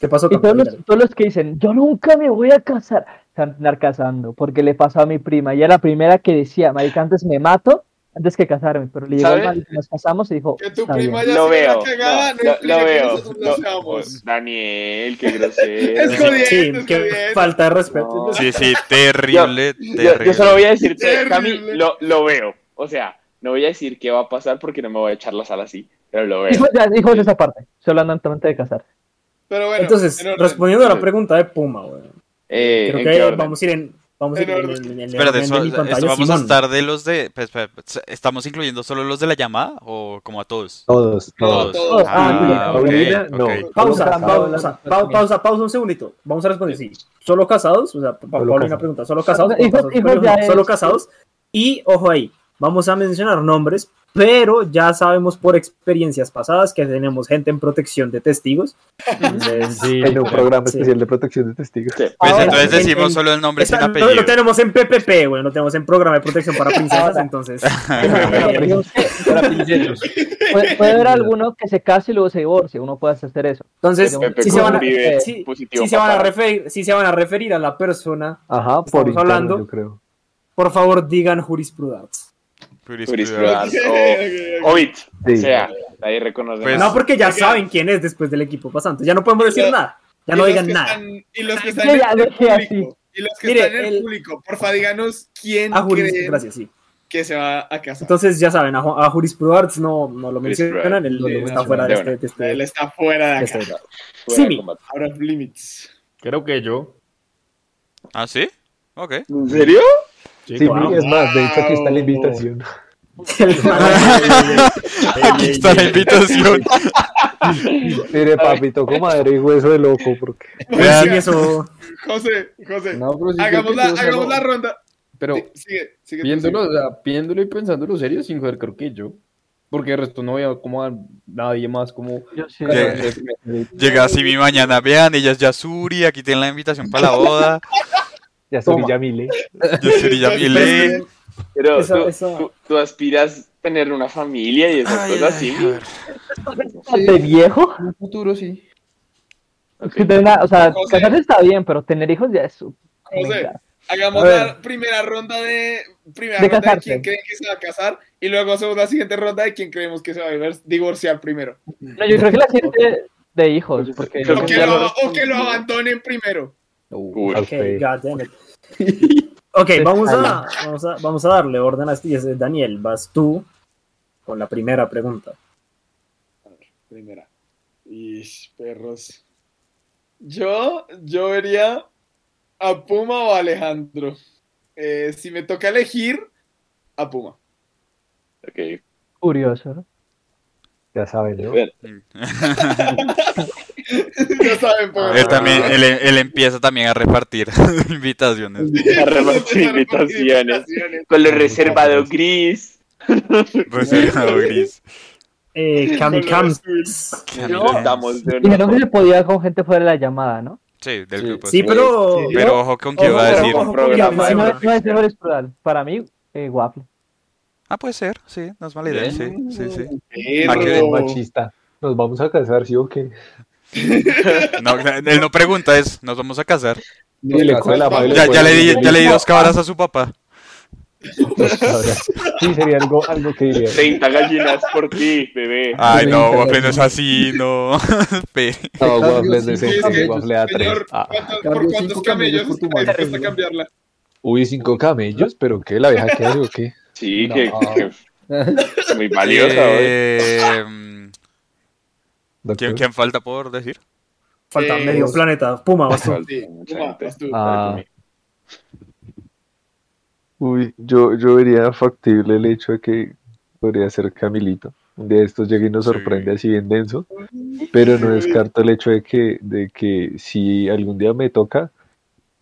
S2: ¿Qué pasó,
S7: Y todos
S2: campeón?
S7: los, todos los que dicen, yo nunca me voy a casar, se van a terminar casando, porque le pasó a mi prima. Ella era la primera que decía, marica, antes me mato, antes que casarme. Pero le llegó
S4: ¿Sabe?
S7: el marido y nos casamos y dijo,
S3: Que tu
S7: "Está
S3: prima
S7: bien".
S3: ya se
S4: Lo
S3: la
S4: veo.
S3: cagada,
S4: no,
S3: no,
S4: lo-
S3: implica
S4: lo
S3: que
S4: veo.
S3: nosotros no
S4: lo- pues,
S3: seamos.
S4: Daniel, qué grosero.
S3: Es jodido.
S2: Sí,
S3: Bien,
S2: qué
S3: bien.
S2: falta de respeto.
S4: No.
S5: Sí, sí, terrible,
S4: Yo,
S5: terrible.
S4: yo solo voy a decirte,
S3: Terrible.
S4: Cami, lo, lo veo. O sea, no voy a decir qué va a pasar porque no me voy a echar la sala así, pero lo veo.
S7: Dijo, ya, dijo esa parte, solo andan antes de casar.
S3: Pero bueno,
S2: Entonces,
S3: en orden.
S2: respondiendo a la
S4: Sí.
S2: pregunta de Puma, güey.
S4: Eh,
S2: Creo
S4: ¿en
S2: que
S4: qué orden?
S2: vamos a ir en. Vamos a ir
S3: En
S2: en, en,
S3: orden.
S2: en- en-
S5: Espérate,
S2: en- en
S5: eso-
S2: mi
S5: eso-
S2: pantalla,
S5: vamos a
S2: Simón.
S5: estar de los de. pues, espera, pues, ¿Estamos incluyendo solo los de la llamada o como a todos?
S6: Todos, todos.
S3: todos.
S5: Ah,
S6: Ah,
S5: ok,
S6: Paulina, no.
S5: ok.
S2: Pausa,
S6: Solo
S2: pausa,
S7: casados.
S2: pausa, pausa, pausa un segundito. Vamos a responder, sí. Solo casados, o sea, pa-
S6: Solo
S2: Paula, una
S6: casados.
S2: pregunta. Solo casados,
S7: Hijos-
S2: Paula,
S7: hijos
S2: Paula,
S7: ya
S2: solo
S7: es-
S2: casados. Y, ojo ahí, vamos a mencionar nombres, pero ya sabemos por experiencias pasadas que tenemos gente en protección de testigos. Entonces,
S8: Sí,
S6: En un programa
S2: Sí.
S6: especial de protección de testigos.
S4: Sí.
S5: Pues
S2: Ahora,
S5: entonces
S2: en-
S5: decimos
S2: en-
S5: solo el nombre sin
S2: esta- no
S5: apellido.
S2: lo tenemos en PPP, güey, lo tenemos en programa de protección para princesas,
S7: Ahora.
S2: entonces.
S8: para pincelos.
S7: Puede, puede haber alguno que se case y luego se divorcie, uno puede hacer eso.
S2: Entonces,
S4: Pepe
S2: si se van a,
S4: Uribe,
S2: sí-
S4: positivo,
S2: sí se van a
S4: papá.
S2: referir, si se van a referir a la persona,
S6: Ajá, por
S2: Estamos
S6: interno,
S2: hablando.
S6: yo creo.
S2: por favor digan jurisprudence.
S5: Jurisprudence.
S4: Jurisprudence, o Ovid.
S6: Sí.
S4: O sea, nadie reconoce.
S5: Pues-
S4: nada.
S2: No, porque ya
S3: Oiga.
S2: saben quién es después del equipo pasante. Ya no podemos decir
S3: Oiga.
S2: nada. Ya
S3: Y
S2: no
S3: los
S2: digan
S3: que
S2: nada.
S3: están- y los que
S7: Yo
S3: están en
S7: ya
S3: el
S7: dejé así.
S3: público. Y los que
S2: Mire,
S3: están en el,
S2: el-
S3: público, porfa, díganos quién
S2: A juris,
S3: creen
S2: gracias, sí.
S3: que se va a casar.
S2: Entonces, ya saben, a, Ju- a jurisprudence no, no lo mencionan. Él
S8: Sí,
S2: está
S8: no,
S2: fuera de
S4: de
S2: este.
S4: una.
S2: de este-
S3: Él está fuera de
S2: de este-
S3: acá.
S4: Fuera de
S2: Simi.
S4: combate.
S3: Out of limits.
S8: Creo que yo.
S5: ¿Ah, sí? Ok.
S4: ¿En serio?
S8: Sí,
S6: Sí,
S8: claro.
S2: wow.
S6: es más, de hecho aquí está la
S3: Wow.
S6: invitación.
S2: El man-
S5: Aquí está la invitación.
S6: Mire, papi, toco madre y hueso de loco, porque
S2: Pues, sí, eso.
S3: José, José,
S8: No, pero sí creo
S3: hagamos,
S8: que
S3: la,
S8: yo, o sea,
S3: hagamos
S8: no.
S3: la ronda.
S8: Pero
S3: Sí, sigue, sigue. tú,
S8: viéndolo,
S3: sigue.
S8: o sea, viéndolo y pensándolo serio, sin joder, creo que yo. Porque el resto no veo como a nadie más como...
S7: Yo sí.
S5: Ya. Llega así mi mañana, vean, ella es Yasuri, aquí tienen la invitación para la boda.
S6: ya soy
S8: Toma.
S6: Yamile.
S5: Yasuri Yamile.
S4: Pero
S2: Esa-
S4: tú,
S2: esa-
S4: tú- tú aspiras a tener una familia y esas
S5: Ay,
S4: cosas,
S5: ay,
S4: sí.
S5: a ver.
S7: ¿De viejo?
S8: En un futuro, sí.
S7: Es que tener una- o sea,
S3: José.
S7: casarse está bien, pero tener hijos ya es... su-
S3: José,
S7: venga.
S3: hagamos
S7: A ver.
S3: la primera ronda de. Primera
S7: De
S3: ronda de
S7: casarse.
S3: quién creen que se va a casar. Y luego hacemos la siguiente ronda de quién creemos que se va a divorciar primero.
S7: No, yo creo que la gente de hijos, porque...
S4: Creo
S3: O que,
S7: ya
S3: lo,
S7: lo-
S3: o que lo abandonen primero.
S6: A
S4: Uy,
S2: Ok,
S6: usted.
S2: goddamn it. Ok, vamos a, vamos, a, vamos a darle orden a este. Daniel, vas tú con la primera pregunta.
S3: Primera. Y perros. Yo, yo vería a Puma o a Alejandro. Eh, si me toca elegir, a Puma.
S4: Ok.
S7: Curioso, ¿no?
S6: Ya saben, ¿no?
S4: Bueno,
S3: ya saben, pues. por
S5: Él también, él, él empieza también a repartir invitaciones.
S4: a repartir invitaciones. Con lo reservado gris.
S5: Reservado Pues, gris.
S2: Eh, Cami Cams.
S4: Estamos de
S7: Dijeron que se podía con gente fuera de la llamada, ¿no?
S5: Sí, del
S8: Sí.
S5: grupo.
S2: Sí, pero.
S5: Pero ojo con que
S2: Ojo,
S5: va a
S2: pero
S5: decir.
S2: ojo con
S4: programa
S2: que- no,
S7: no, no es mejor es plural. Para mí, eh, waffle.
S5: Ah, puede ser, sí, no es mala idea, sí, sí, sí.
S3: Perro.
S5: Ah, qué
S6: Machista. Nos vamos a casar, ¿sí o qué?
S5: No, él no pregunta, es, nos vamos a casar.
S6: Y le coge la mano y
S5: Ya,
S6: pone-
S5: ya, le, di, ya le di dos cabras a su papá.
S6: Pues, Sí, sería algo, algo que diría.
S4: 30 gallinas por ti, bebé.
S5: Ay, no,
S8: Tremendo.
S5: Waffle no es así, no. Pe-
S6: No, waffles
S8: Cambios,
S6: de
S8: sí,
S6: seis,
S3: sí, sí.
S6: waffle a tres.
S3: Señor,
S6: Ah,
S3: ¿cuántos-
S8: Cambio
S3: ¿Por cuántos
S8: cinco
S3: camellos
S8: camellos por tu
S3: está
S8: madre,
S3: dispuesta a
S8: señor.
S3: cambiarla?
S6: uy, cinco camellos, pero qué, la vieja que hace o qué.
S4: Sí,
S8: No.
S4: que, que- muy valiosa, güey.
S5: Eh, mm, ¿quién,
S6: Doctor.
S5: quién falta por decir?
S2: Falta
S3: Eh,
S2: medio planeta. Puma, vas tú.
S3: Sí,
S4: Mucha
S3: Puma,
S4: gente.
S3: vas tú.
S6: Ah.
S9: Uy, yo, yo vería factible el hecho de que podría ser Camilito. Un día de estos llega y nos
S5: Sí.
S9: sorprende así bien denso, pero no descarto el hecho de que, de que si algún día me toca,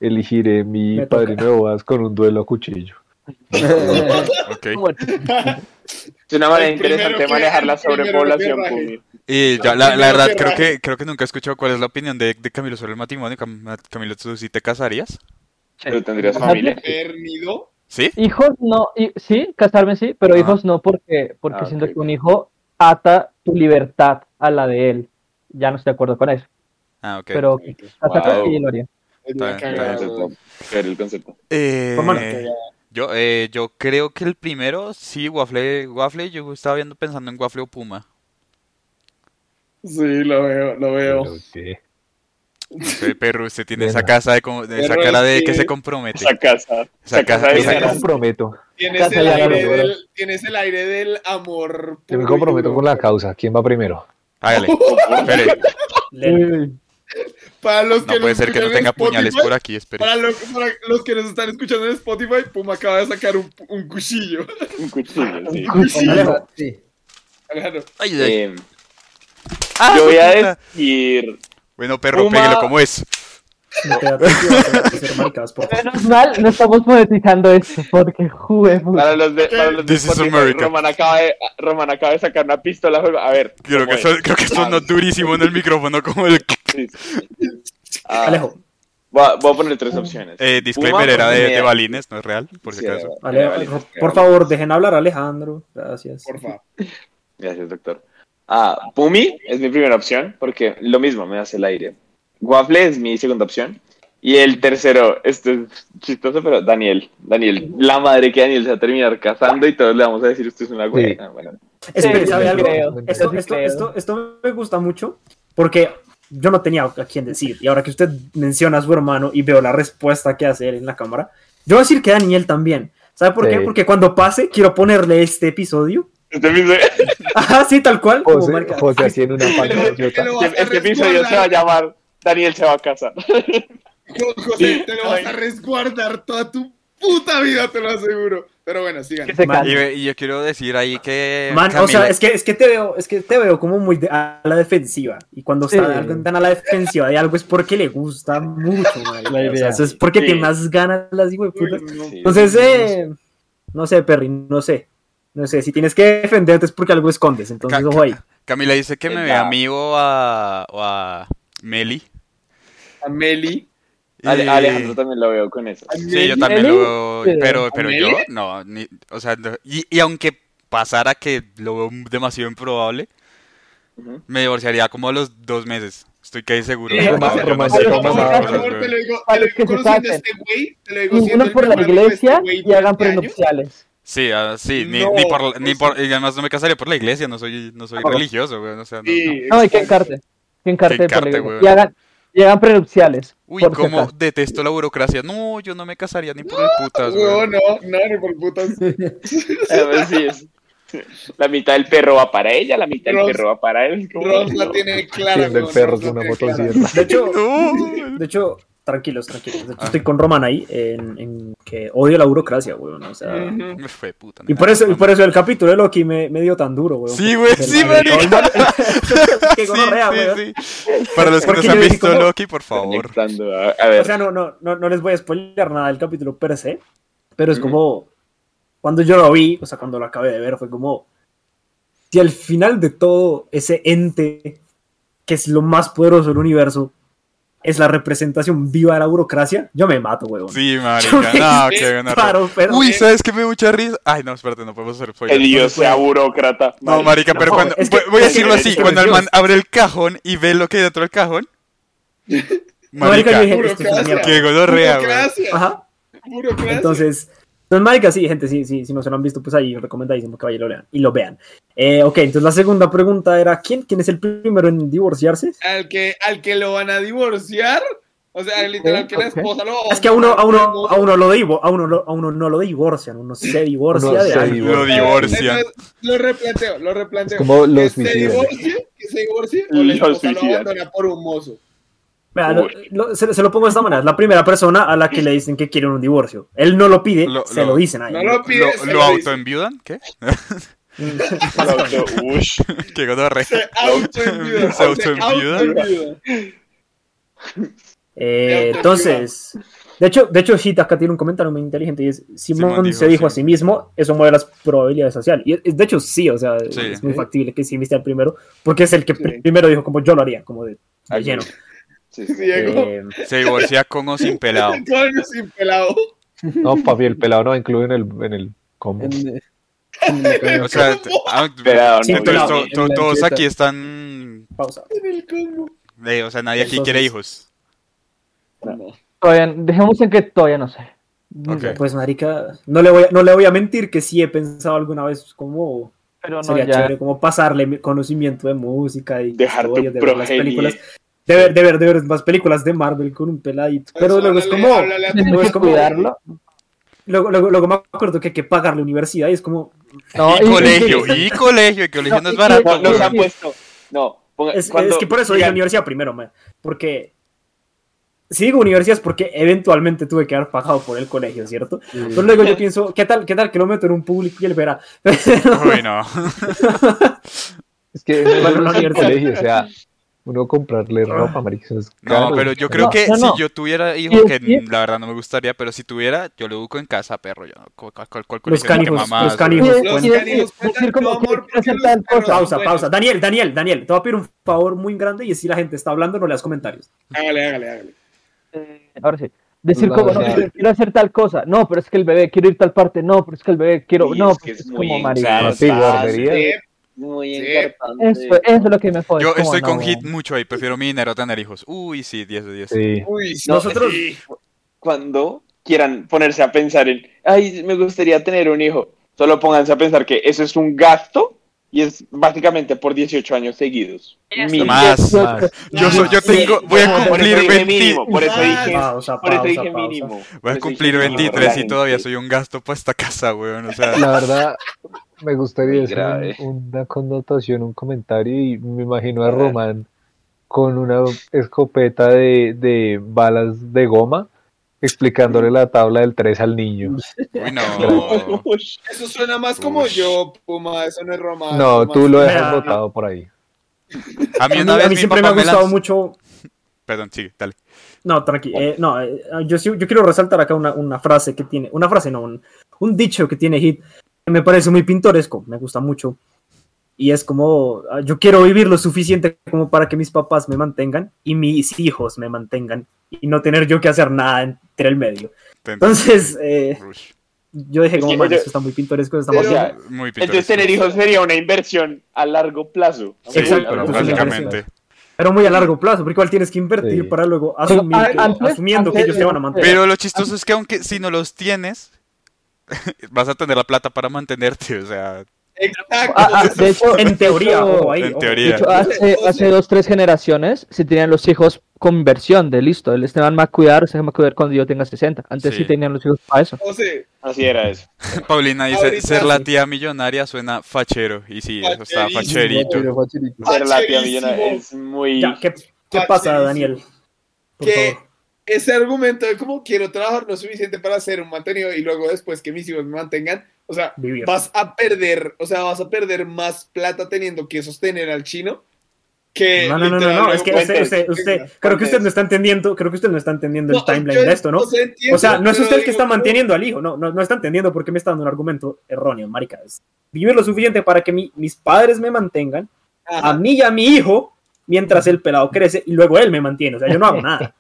S9: elegiré mi
S2: Me toca.
S9: padrino de bodas con un duelo a cuchillo.
S5: Ok.
S7: Bueno,
S4: Es una manera
S3: El primero
S4: interesante de
S3: que-
S4: manejar la
S3: el primero que
S4: sobrepoblación,
S3: raje.
S4: Pumi.
S5: Y ya, la, la verdad,
S3: Primero que
S5: creo
S3: raje.
S5: que, creo que nunca he escuchado cuál es la opinión de, de Camilo sobre el matrimonio. Cam- Camilo, ¿tú sí te casarías?
S4: Pero tendrías familia.
S3: Pernido.
S5: ¿Sí?
S7: hijos no, y- sí, casarme sí, pero
S5: Ajá.
S7: hijos no porque, porque
S4: Ah,
S7: siento
S4: ok.
S7: que un hijo ata tu libertad a la de él. Ya no estoy de acuerdo con eso,
S5: Ah, ok.
S7: pero casarme
S4: Wow.
S7: sí lo haría.
S3: Es
S5: Está
S3: una
S5: bien,
S4: Era
S3: cagada,
S4: el
S3: güey.
S4: concepto. Era el concepto.
S5: Eh,
S2: Pues, mano,
S5: yo, eh, yo creo que el primero, sí, Waffle, Waffle, yo estaba viendo pensando en Waffle o Puma.
S3: Sí, lo veo, lo veo.
S6: Pero qué.
S5: Ese perro, usted tiene esa
S6: Bueno.
S5: casa de, como- de esa
S3: Perro,
S5: cara de
S3: sí.
S5: que se compromete.
S4: Esa casa.
S5: Esa
S4: Esa
S5: casa-
S4: casa de
S6: Yo me
S4: ganas.
S6: comprometo.
S3: Tienes
S7: Casa
S3: el,
S7: de
S3: aire
S6: Álvaro,
S3: del, tienes el aire del amor.
S6: Yo me
S3: puro y
S6: comprometo
S3: duro.
S6: con la causa. ¿Quién va primero?
S5: Hágale. Espere,
S2: Lel.
S3: Para los que
S5: no puede
S3: nos
S5: ser que no
S3: escuchan en
S5: tenga puñales
S3: Spotify,
S5: por aquí, espere.
S3: Para, lo- para los que nos están escuchando en Spotify, Puma acaba de sacar un, un cuchillo.
S4: Un cuchillo, sí.
S2: Alejo.
S8: Sí.
S3: Claro.
S5: Ay, ay.
S4: Eh,
S5: Ah,
S4: yo voy a
S5: puta.
S4: decir.
S5: Bueno, perro,
S4: Puma-
S5: péguelo como es.
S2: Te da tiempo a hacer marcas, por favor.
S7: Menos mal, no estamos monetizando esto, porque jugué
S4: Para los de, para los de
S5: This is
S4: Spotify,
S5: America.
S4: Roman acaba de, Roman acaba de sacar una pistola. A ver.
S5: Creo
S4: ¿cómo
S5: que,
S4: es? Ah,
S5: son, creo que sonó durísimo en el micrófono como el... eh,
S4: Sí, sí, sí. Ah,
S2: Alejo.
S4: Voy a, voy a poner tres opciones.
S5: Eh, disclaimer
S4: Puma,
S5: era de, de
S4: Puma.
S5: balines, no es real, por si
S4: Sí, eh,
S5: acaso.
S4: era-
S2: Alejo,
S4: era balines,
S2: por-
S4: era
S2: por
S4: balines.
S2: favor, dejen hablar a Alejandro. Gracias.
S3: Por favor.
S4: Gracias, doctor. Ah, Pumi es mi primera opción, porque lo mismo me hace el aire. Waffle es mi segunda opción. Y el tercero, esto es chistoso, pero Daniel. Daniel, la madre que Daniel se va a terminar casando y todos le vamos a decir, usted es una güey.
S6: Sí.
S4: Ah, bueno.
S2: Espera,
S7: Sí,
S2: ¿sabe
S6: yo
S2: algo?
S7: creo, yo
S2: Esto,
S7: sí
S2: esto,
S7: creo.
S2: esto, esto me gusta mucho porque yo no tenía a quién decir. Y ahora que usted menciona a su hermano y veo la respuesta que hace él en la cámara, yo voy a decir que Daniel también. ¿Sabe por qué?
S6: Sí.
S2: Porque cuando pase, quiero ponerle este episodio.
S4: Este episodio,
S2: Ajá, Oh, sí, tal cual. Como
S6: José,
S2: marca.
S6: José así en una
S3: Te
S6: pantallota.
S3: lo vas a
S4: este episodio se va a
S3: resguardar,
S4: llamar Daniel se va a casar.
S3: José, te lo vas a resguardar toda tu puta vida, te lo aseguro. Pero bueno, sigan.
S7: que se
S2: Man,
S5: Y,
S7: case.
S5: y yo quiero decir ahí que...
S2: Man, o
S5: Camila-
S2: sea, es que, es que te veo, es que te veo como muy de- a la defensiva. Y cuando
S7: Sí.
S2: está alguien tan a la defensiva de algo es porque le gusta mucho, marica.
S8: La
S2: O sea,
S8: idea.
S2: eso es porque
S4: Sí.
S2: tiene más ganas las hijo de
S3: Uy,
S2: puta.
S3: no.
S4: Sí.
S2: Entonces, eh, no sé, Perry, no sé. No sé, si tienes que defenderte es porque algo escondes. Entonces,
S5: Ca-
S2: ojo ahí.
S5: Camila dice que me
S4: Venga.
S5: ve a mí o a, o a Meli.
S3: A Meli.
S4: Ale-
S5: Y-
S4: Alejandro también lo veo con eso.
S5: Sí, yo
S3: Meli.
S5: también
S7: ¿Meli?
S5: lo veo,
S7: Sí.
S5: pero, pero yo
S3: ¿Meli?
S5: no, ni- o sea, no- y, y aunque pasara que lo veo demasiado improbable,
S4: Ujú.
S5: me divorciaría como a los dos meses, estoy casi seguro.
S3: Sí,
S5: No,
S3: Roma-
S5: yo no
S6: Roma-
S5: sé
S3: Por
S5: cómo
S6: Roma- Roma-
S3: favor,
S5: esas
S3: por
S5: cosas,
S3: favor,
S5: güey.
S3: te lo digo, te
S7: Para
S3: lo
S7: los que
S3: digo
S7: se
S3: conociendo a
S7: casen.
S3: este güey, te lo digo siendo
S7: Ninguno
S3: el
S7: por la
S3: hermano de este
S7: iglesia
S3: güey
S7: y hagan
S3: 20 años.
S7: prenupciales.
S5: Sí, ah, sí, ni,
S3: No,
S5: ni por, la- ni
S3: pues-
S5: por- y además no me casaría por la iglesia, no soy, no soy
S2: Ah,
S7: Tampoco.
S5: religioso, güey, o sea, no,
S3: Sí,
S5: no.
S3: exacto.
S7: No, hay que encarte. Que encarte
S5: Que
S7: por la
S5: encarte,
S7: iglesia.
S5: weón.
S7: Y hagan, Llegan prenupciales.
S5: Uy,
S7: por si
S5: cómo
S7: acaso.
S5: detesto la burocracia. No, yo no me casaría ni por el putas,
S3: No,
S5: weón.
S3: no, no, ni por putas.
S4: A ver si es. La mitad del perro va para ella, la mitad del
S3: Ross-
S4: perro va para él. como
S3: Ross
S4: que
S3: la
S4: no.
S3: tiene clara.
S9: Siendo el
S3: weón,
S9: perro
S3: Ross
S9: de
S3: la
S9: una
S3: tiene clara.
S9: motosierra.
S2: De hecho,
S5: No.
S2: de hecho, tranquilos, tranquilos. De hecho,
S5: Ah.
S2: estoy con Roman ahí en, en que odio la burocracia, weón. O sea.
S3: Ujú.
S5: Me fue puta.
S2: Y por eso, y por eso el capítulo de Loki me, me dio tan duro, weón.
S5: Sí, güey,
S2: Porque
S5: sí,
S2: el- el-
S5: marica.
S2: Qué
S5: Sí,
S2: gonorrea,
S5: sí,
S2: weón.
S5: sí. Para los que
S2: Porque
S5: no se
S2: yo
S5: han
S2: dije,
S5: visto
S2: ¿cómo?
S5: Loki, por favor.
S4: Conectando, A, a ver,
S2: O sea, no, no, no, no les voy a spoiler nada del capítulo per se, pero es como, cuando yo lo vi, o sea, cuando lo acabé de ver, fue como, si al final de todo ese ente, que es lo más poderoso del universo, es la representación viva de la burocracia, yo me mato, weón.
S5: Sí,
S2: Yo me
S5: marica. No, qué buena.
S2: disparo, pero-
S5: Uy, ¿sabes qué me dio mucha risa? Ay, no, espérate, no podemos hacer spoiler.
S4: el dios sea burócrata.
S5: No, marica, pero
S2: No,
S5: cuando.
S2: es que-
S5: voy- voy a
S4: es que-
S5: decirlo
S4: es
S5: así:
S4: que-
S5: cuando el man abre el cajón y ve lo que hay dentro del cajón.
S2: Marica,
S5: Marica,
S2: yo dije, esto es una mierda.
S5: qué gonorrea, güey.
S3: Burocracia,
S2: Ajá.
S3: burocracia.
S2: Entonces, entonces, marica, sí, gente, sí, sí, si no se lo han visto, pues ahí recomendadísimo que vayan y lo lean. Y lo vean. Eh, ok, entonces la segunda pregunta era, ¿quién, ¿quién es el primero en divorciarse?
S3: al que, al que lo van a divorciar, o sea, literal que la
S7: ok.
S3: esposa lo
S2: Es que a uno, a uno, a uno, lo divo- a uno, lo- a uno no lo divorcian, uno se divorcia
S9: Uno
S2: de
S9: se
S2: algo.
S5: Lo divorcian.
S3: Entonces, lo replanteo, lo replanteo.
S9: Es como los
S3: que se
S9: suicidas.
S3: divorcie, que se divorcie o la
S4: Los
S3: esposa lo
S4: suicidas.
S3: abandona por un mozo.
S2: Vea, lo- lo- se, se lo pongo de esta manera, es la primera persona a la que le dicen que quieren un divorcio. Él no lo pide,
S5: Lo-
S2: se
S5: lo-
S2: lo, dicen a él.
S3: No lo pide,
S5: ¿Lo,
S3: se
S5: lo
S3: lo dice.
S5: autoenviudan? ¿Qué?
S4: Auto- ush.
S5: qué gonorrea.
S3: Se autoenviuda.
S5: Se autoenviuda.
S2: Eh, entonces, de hecho, de hecho, Hit acá tiene un comentario muy inteligente y es, Simón,
S5: Simón dijo,
S2: se dijo a
S5: sí.
S2: sí mismo, eso mueve las probabilidades sociales. Y es- de hecho, sí, o sea,
S5: Sí.
S2: es muy factible que Simón sea el primero, porque es el que
S3: Sí.
S2: pr- primero dijo como yo lo haría, como de, de lleno.
S4: Sí, sí.
S3: Diego,
S2: Eh,
S5: Se divorcia con o sin pelado.
S3: con o sin pelado.
S9: No, papi, el pelado no va incluido en el, en el combo.
S8: En- en la cabeza.
S5: O sea, t- ah,
S4: Pelado,
S2: Sí,
S4: no,
S5: entonces
S2: pelado.
S5: to-
S8: En
S5: to-
S8: la
S5: todos
S8: etiqueta.
S5: aquí están.
S2: pausa.
S5: eh, o sea, nadie aquí quiere hijos.
S7: Todavía, dejemos en que todavía no sé.
S5: Ok.
S2: Pues, marica, no le, voy a, no le voy a mentir que sí he pensado alguna vez como
S7: Pero no,
S2: sería
S7: ya.
S2: chévere, como pasarle mi conocimiento de música y
S4: Dejar tu
S2: historias, de ver las
S4: progenie.
S2: películas. De ver, de ver, de ver más películas de Marvel con un peladito. Pero
S3: Pues,
S2: luego es
S3: háblale-
S2: como...
S3: háblale a tu
S7: Tienes
S2: Pues
S7: que
S2: como-
S7: cuidarlo.
S2: Luego, luego, luego me acuerdo que hay que pagar la universidad y es como,
S7: No,
S5: y colegio,
S7: y-
S5: y colegio, y colegio no,
S7: No,
S5: es
S7: y-
S5: barato. pues.
S4: No, no se ha
S5: weón.
S4: puesto. No, ponga-
S2: es,
S4: cuando
S2: es que por eso dije
S4: digan-
S2: universidad primero, man, porque si digo universidad es porque eventualmente tuve que haber pagado por el colegio, ¿cierto? Pero luego yo pienso, ¿qué tal, qué tal que lo meto en un público y él verá?
S5: Uy, no.
S9: Es que no
S2: Bueno, no,
S9: es el
S2: mierda.
S9: colegio, o sea, uno comprarle ropa, marica, eso es
S5: Ah. No,
S9: caro.
S5: pero yo creo
S7: No,
S5: que
S7: no,
S5: si
S7: no.
S5: yo tuviera hijos,
S7: Y-
S5: que
S7: y-
S5: la verdad no me gustaría, pero si tuviera, yo lo educo en casa, perro. Yo, ¿cuál, cuál, cuál, cuál
S2: Los
S5: colegio ni qué
S2: canijos,
S5: mamadas,
S2: los canijos.
S5: weón.
S7: y-
S3: Los
S7: y- y-
S3: canijos
S7: y- decir
S3: cuentan
S7: como
S3: como
S7: que
S3: amor,
S7: quiero hacer
S3: porque
S7: tal
S3: los perros-
S7: cosa.
S2: Pausa,
S3: Bueno.
S2: pausa. Daniel, Daniel, Daniel, te voy a pedir un favor muy grande y si la gente está hablando, no leas comentarios.
S3: Hágale, hágale, hágale.
S7: Eh, ahora sí. Decir
S9: La
S7: como, no,
S9: verdad.
S7: pero quiero hacer tal cosa. No, pero es que el bebé, quiero ir tal parte. No, pero es que el bebé, quiero.
S4: Sí,
S7: no,
S4: es que
S7: pues
S4: es
S7: es
S4: muy
S7: como marica.
S9: Sí, guardería.
S3: Sí,
S4: Muy
S3: Sí.
S4: importante.
S7: Eso, eso es lo que me jode.
S5: Yo
S7: como,
S5: estoy
S7: no,
S5: con
S7: weón.
S5: hit mucho ahí, prefiero mi dinero a tener hijos. Uy, sí, 10 de 10.
S9: Sí.
S3: Uy,
S4: No,
S2: Nosotros-
S3: sí.
S4: Cuando quieran ponerse a pensar en, ay, me gustaría tener un hijo, solo pónganse a pensar que eso es un gasto y es básicamente por 18 años seguidos. Mínimo.
S5: Más.
S9: Más.
S5: Yo, soy- yo
S4: Sí,
S5: tengo, voy a
S4: por eso
S5: cumplir
S4: dije
S5: 20,
S4: mínimo, por eso dije,
S2: Pausa,
S4: por eso
S2: pausa,
S4: dije
S2: pausa.
S4: mínimo.
S5: voy a cumplir 23 y todavía soy un gasto para esta casa, weón. O sea,
S9: La verdad, me gustaría
S4: Muy
S9: hacer
S4: grave.
S9: un- una connotación, un comentario, y me imagino a Román con una escopeta de, de balas de goma explicándole la tabla del 3 al niño.
S5: uy, no.
S3: Eso suena más como
S5: Uy.
S3: yo, Puma. Eso no es romántico.
S9: No, tú lo dejas
S2: Mira.
S9: botado por ahí.
S5: A
S2: A
S5: mí
S2: mí,
S5: una
S2: a
S5: vez
S2: mí
S5: mi
S2: siempre me
S5: papá
S2: ha
S5: me
S2: gustado
S5: lanzó-
S2: mucho
S5: Perdón, sí, dale.
S2: No, tranqui. eh, no, eh, yo, sí- yo quiero resaltar acá una, una frase que tiene, una frase no, un, un dicho que tiene Hit, que me parece muy pintoresco, me gusta mucho. Y es como, ah, yo quiero vivir lo suficiente como para que mis papás me mantengan y mis hijos me mantengan y no tener yo que hacer nada entre el medio.
S5: Te entiendo.
S2: Entonces, eh,
S5: Ush,
S2: yo dije,
S4: Es
S2: como,
S4: que
S2: "Man,
S4: yo-
S2: esto está muy pintoresco, está
S4: O
S2: muy
S4: sea,
S5: Muy
S4: entonces
S5: pintoresco.
S4: tener hijos sería una inversión a largo plazo.
S5: Sí,
S2: Exacto,
S5: pero
S2: entonces me
S5: básicamente.
S2: pero muy a largo plazo, porque igual tienes que invertir
S9: Sí.
S2: para luego asumir
S7: a-
S2: que-
S7: antes-
S2: asumiendo que
S7: antes-
S2: ellos te van a mantener.
S5: Pero lo chistoso es que aunque si no los tienes, vas a tener la plata para mantenerte, o sea,
S3: Exacto.
S7: Ah, ah, de hecho,
S2: En teoría,
S7: de hecho,
S2: ojo ahí,
S5: en
S2: ojo.
S5: teoría.
S7: de hecho, hace, hace dos, tres generaciones, si tenían los hijos conversión de listo. El Esteban va a cuidar, se va a cuidar cuando yo tenga 60. Antes sí,
S5: Sí.
S7: tenían los hijos para eso.
S3: No sé,
S4: Así era eso.
S5: Paulina dice,
S3: Ahorita
S5: ser la
S3: sí.
S5: tía millonaria suena fachero. Y sí, eso está
S3: Facherísimo.
S5: facherito.
S8: Pero fue chirito.
S4: Ser la tía
S3: Facherísimo.
S4: millonaria es muy...
S2: Ya, ¿qué, qué pasa, Daniel? Por
S3: Ah, que
S2: favor.
S3: ese argumento de cómo quiero trabajar no es suficiente para hacer un mantenido y luego después que mis hijos me mantengan, o sea,
S2: Vivir.
S3: vas a perder, o sea, vas a perder más plata teniendo que sostener al chino que
S2: No, no, no, no,
S3: literal,
S2: no, es que
S3: luego-
S2: usted, usted, usted- creo que usted no está entendiendo, creo que usted no está entendiendo el
S3: No, yo
S2: timeline de esto, ¿no?
S3: sé, entiendo,
S2: O sea, no es
S3: pero
S2: usted el que
S3: digo,
S2: está
S3: ¿cómo?
S2: manteniendo al hijo, no, no, no está entendiendo por qué me está dando un argumento erróneo, marica. Es vivir lo suficiente para que mi- mis padres me mantengan,
S3: Ajá.
S2: a mí y a mi hijo, mientras el pelado crece y luego él me mantiene, o sea, yo no hago nada.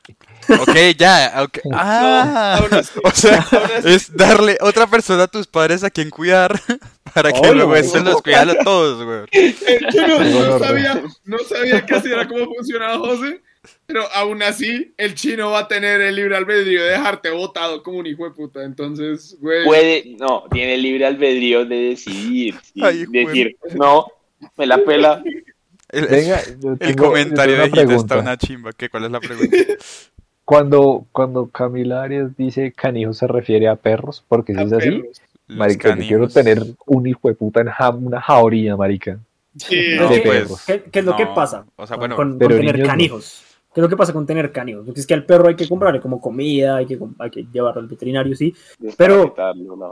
S5: Ok, ya. ok. Ah,
S3: aún así,
S5: o sea,
S3: aún así.
S5: es darle otra persona a tus padres a quien cuidar para que
S2: Obvio,
S5: luego
S2: güey.
S5: estos los cuidan a todos, güey.
S3: El chino
S9: Tengo
S3: eh, no
S9: orden.
S3: sabía, no sabía que así era como funcionaba José, pero aún así el chino va a tener el libre albedrío de dejarte botado como un hijo de puta. Entonces, güey.
S4: Puede, no, tiene libre albedrío de decidir. y
S5: Ay, hijo de-
S4: decir, no, me la pela.
S5: El,
S9: Venga, yo
S5: el
S9: tengo- yo
S5: comentario
S9: tengo
S5: de Hito
S9: una
S5: está
S9: pregunta.
S5: una chimba. ¿Qué, ¿Cuál es la pregunta?
S9: Cuando, cuando Camila Arias dice canijo se refiere a perros, porque si
S3: a
S9: es así,
S3: perros.
S5: Los
S9: marica, yo quiero
S5: canijos.
S9: tener un hijo de puta en ja- una jauría, marica.
S3: Sí.
S5: No,
S9: de
S5: pues.
S9: perros.
S2: ¿Qué, qué es lo
S5: no,
S2: que pasa
S5: O sea,
S2: con-
S5: bueno,
S2: con, con
S9: Pero
S2: tener
S9: niños no.
S2: canijos? ¿Qué es lo que pasa con tener canijos? Porque es que al perro hay que comprarle como comida, hay que, com- hay que llevarlo al veterinario, sí, Pero-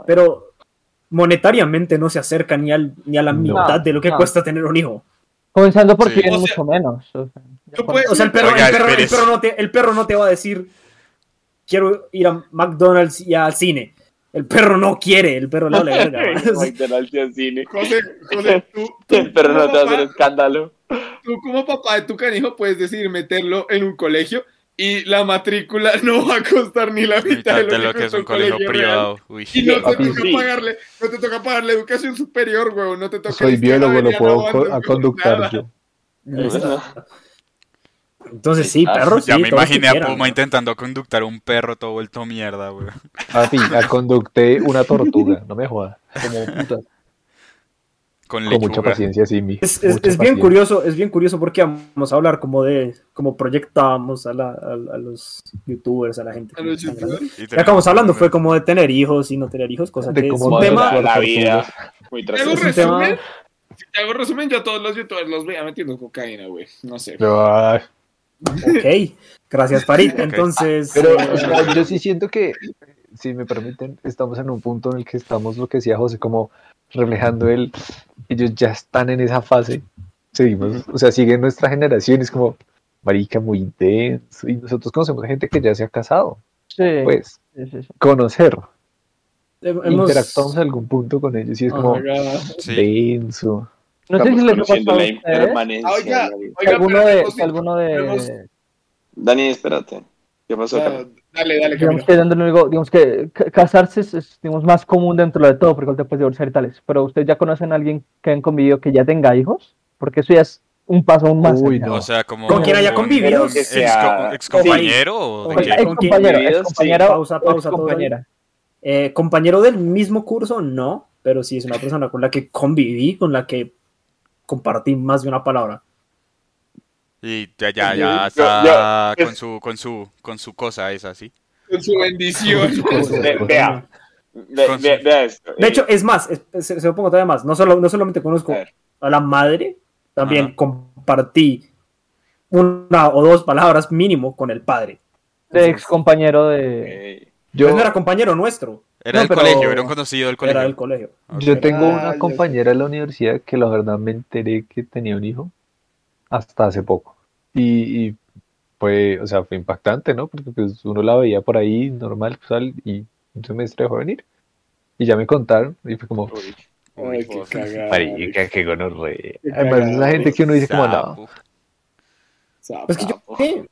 S2: pero monetariamente no se acerca ni, al, ni a la
S9: No.
S2: mitad de lo que
S7: No.
S2: cuesta tener un hijo.
S7: Comenzando porque
S5: Sí.
S7: tienen
S3: O sea,
S7: mucho menos. o sea, ya
S3: tú
S7: con-
S3: puedes-
S2: O sea, el perro,
S5: Oiga,
S2: el perro, el
S5: espérese.
S2: perro no te, el perro no te va a decir, quiero ir a McDonald's y al cine. El perro no quiere, el perro le habla de verga. ¿no?
S4: cine.
S3: José, José, tú, tú
S4: Pero no
S3: como
S4: te va a hacer
S3: papá-
S4: escándalo.
S3: tú como papá de tu canijo puedes decidir meterlo en un colegio y la matrícula no va a costar ni la mitad,
S5: mitad de lo que es
S3: cuesta
S5: un colegio
S3: real.
S5: privado. Uy,
S3: Y no te
S9: Papi,
S3: toca
S4: sí.
S3: pagarle, no te toca pagarle educación superior, huevón, no te toca
S9: Soy
S3: ni siquiera
S9: biólogo, lo
S3: venir a
S9: puedo
S3: la banda,
S9: co- a
S3: huevón,
S9: conductar
S3: nada.
S9: yo.
S2: Entonces sí,
S4: Ah,
S2: perros
S5: ya
S2: sí,
S5: me
S2: todos que
S5: imaginé a
S2: quieran,
S5: Puma
S2: ¿no?
S5: intentando conductar un perro todo vuelto mierda, güey.
S9: Papi, a conducté una tortuga, no me jodas. Como puta.
S5: Con
S9: Con mucha
S5: lechuga.
S9: paciencia, Simi.
S2: Es, es-
S9: mucha
S2: es bien
S9: paciencia.
S2: curioso, es bien curioso porque vamos a hablar como de, como proyectamos a, la- a- a los youtubers, a la gente.
S3: A los
S2: que está grande.
S3: youtubers.
S5: Y
S2: Ya que acabamos
S5: terminamos
S2: hablando fue
S5: con-
S2: como de tener hijos y no tener hijos, cosa
S9: De
S2: que es
S9: cómo
S2: un
S9: hacer
S2: tema
S9: las
S4: la
S9: tortugas.
S4: vida. Muy
S3: Te hago un
S2: Es un
S4: trasero.
S2: tema-
S3: resumen. Si te hago un resumen, yo a todos los youtubers los veía metiendo cocaína, güey. No sé.
S9: Yo, ah, ay,
S2: Ok, gracias Farid.
S5: Ok.
S2: Entonces,
S9: Pero
S2: eh,
S9: o sea, yo sí siento que, si me permiten, estamos en un punto en el que estamos, lo que decía José, como reflejando el, ellos ya están en esa fase, seguimos, o sea, sigue nuestra generación, es como, marica, muy intenso, y nosotros conocemos gente que ya se ha casado,
S7: sí,
S9: pues,
S7: sí, sí, sí.
S9: conocer,
S2: eh, hemos-
S9: interactuamos en algún punto con ellos, y es como,
S3: Oiga,
S5: Sí.
S9: denso,
S7: No sé si les ha
S4: conociendo
S7: pasado a
S4: la
S7: ustedes.
S4: impermanencia.
S3: Oiga,
S4: de la vida.
S7: que
S3: oiga,
S7: alguno
S3: pero
S7: de,
S3: hemos-
S7: que alguno
S3: hemos-
S7: de,
S4: Dani, espérate. ¿Qué pasó?
S3: Ah,
S4: Carlos?
S3: Dale, dale,
S7: digamos
S3: Camilo.
S7: que dándole algo, digamos que ca- casarse es, es, digamos, más común dentro de todo, porque te puedes divorciar y tales. Pero ustedes ya conocen a alguien que han convivido que ya tenga hijos, porque eso ya es un paso aún más.
S9: Uy,
S7: allá.
S9: no.
S5: O sea, como.
S2: Con quien haya convivido.
S5: un
S4: Que
S5: Ex,
S4: sea-
S5: ex compañero o de
S7: Con
S5: qué?
S7: la
S2: ¿Con quién
S7: excompañera,
S4: vividos?
S7: excompañera
S2: Sí,
S7: o
S2: pausa, pausa,
S7: excompañera.
S2: eh, compañero del mismo curso, no, pero sí es una persona con la que conviví, con la que compartí más de una palabra.
S5: Y ya, ya,
S4: Yo- yo-
S5: ya está
S4: yo-
S5: con su, con su, con su cosa esa, ¿sí?
S3: Con su bendición.
S4: Ve-
S9: pues,
S4: Vea. Ve-
S5: Con
S4: ve-
S5: su-
S4: Vea esto.
S2: De
S4: eh,
S2: hecho, es más, es- es- se lo pongo todavía más, no, solo, no solamente conozco
S4: A ver.
S2: a la madre, también
S5: Ajá.
S2: compartí una o dos palabras mínimo con el padre.
S7: De excompañero de.
S4: eh,
S9: yo,
S2: Pues no era compañero nuestro,
S5: Era
S7: No,
S5: del
S7: pero-
S5: colegio, era un conocido del colegio.
S2: era del colegio.
S5: Ok.
S9: Yo tengo
S3: Ah,
S9: una
S3: ya
S9: compañera de la universidad que la verdad me enteré que tenía un hijo hasta hace poco. Y, y fue, o sea, fue impactante, ¿no? Porque pues uno la veía por ahí normal, pues, al- y un semestre dejó de venir. Y ya me contaron y fue como,
S4: uy,
S3: Ay, qué cagada.
S9: marica, qué gonorrea.
S3: Qué
S9: Además, esa
S3: cagada,
S9: gente que uno dice como, no,
S5: Sapo.
S3: Zapa.
S2: Pues que yo creo que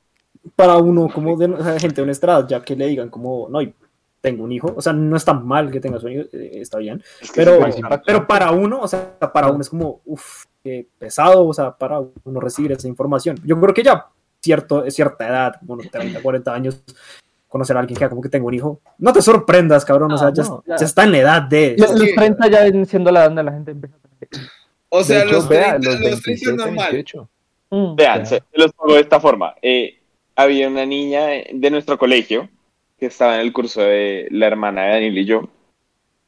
S2: para uno como de o sea, gente de una estrada, ya que le digan como, no, y tengo un hijo, o sea, no está mal que tengas un hijo, eh, está bien,
S4: es que
S2: pero,
S4: es impactante.
S2: pero para uno, o sea, para uno es como, uff, qué pesado, o sea, para uno recibir esa información. Yo creo que ya cierto, cierta edad, bueno, 30, 40 años, conocer a alguien que diga como que tengo un hijo, no te sorprendas, cabrón, o sea,
S7: Ah,
S2: ya,
S7: no, claro.
S2: ya está en la edad de... este
S7: Los, los
S3: Sí.
S7: 30 ya ven siendo la edad donde la gente empieza a tener hijos.
S3: O
S9: de
S3: sea,
S9: hecho,
S3: los
S9: vea,
S3: 30,
S9: los
S3: los 30 es
S9: 27,
S3: normal.
S9: 28.
S7: Mm.
S4: Vean, se, se los pongo de esta forma. eh, había una niña de nuestro colegio que estaba en el curso de la hermana de Daniel y yo.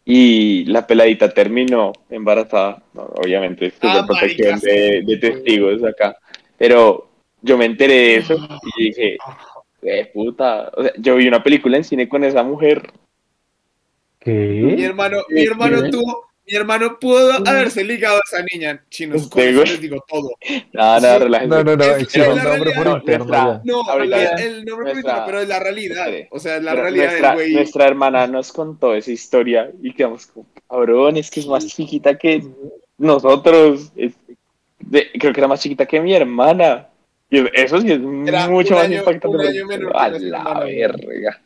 S4: Y la peladita terminó embarazada, no, obviamente, es
S3: Ah,
S4: protección
S3: maricas.
S4: de, de testigos acá. Pero yo me enteré de eso y dije, "Eh, puta. O sea, yo vi una película en cine con esa mujer.
S3: Mi hermano, mi hermano tuvo, mi hermano pudo haberse ligado a esa niña. Chinos,
S4: Este,
S3: con eso
S4: güey.
S3: les digo todo.
S4: Nada, nada, relájense.
S6: No, no, no,
S3: Es-
S6: existe
S3: es
S6: un
S3: la
S6: nombre por
S3: realidad.
S6: interno.
S4: Nuestra-
S6: ya.
S3: No,
S4: Ahorita,
S3: el, el nombre
S4: nuestra-
S3: político, pero es la realidad.
S4: Sí.
S3: O sea, es la
S4: Pero
S3: realidad
S4: nuestra,
S3: del güey.
S4: nuestra hermana nos contó esa historia y quedamos como, cabrón, es que es más chiquita que nosotros. Es- de- creo que era más chiquita que mi hermana. Y eso sí es
S3: Era
S4: mucho
S3: un
S4: más
S3: año-
S4: impactante.
S3: un
S4: porque-
S3: año menor que
S4: a
S3: nuestra
S4: la
S3: hermana.
S4: verga.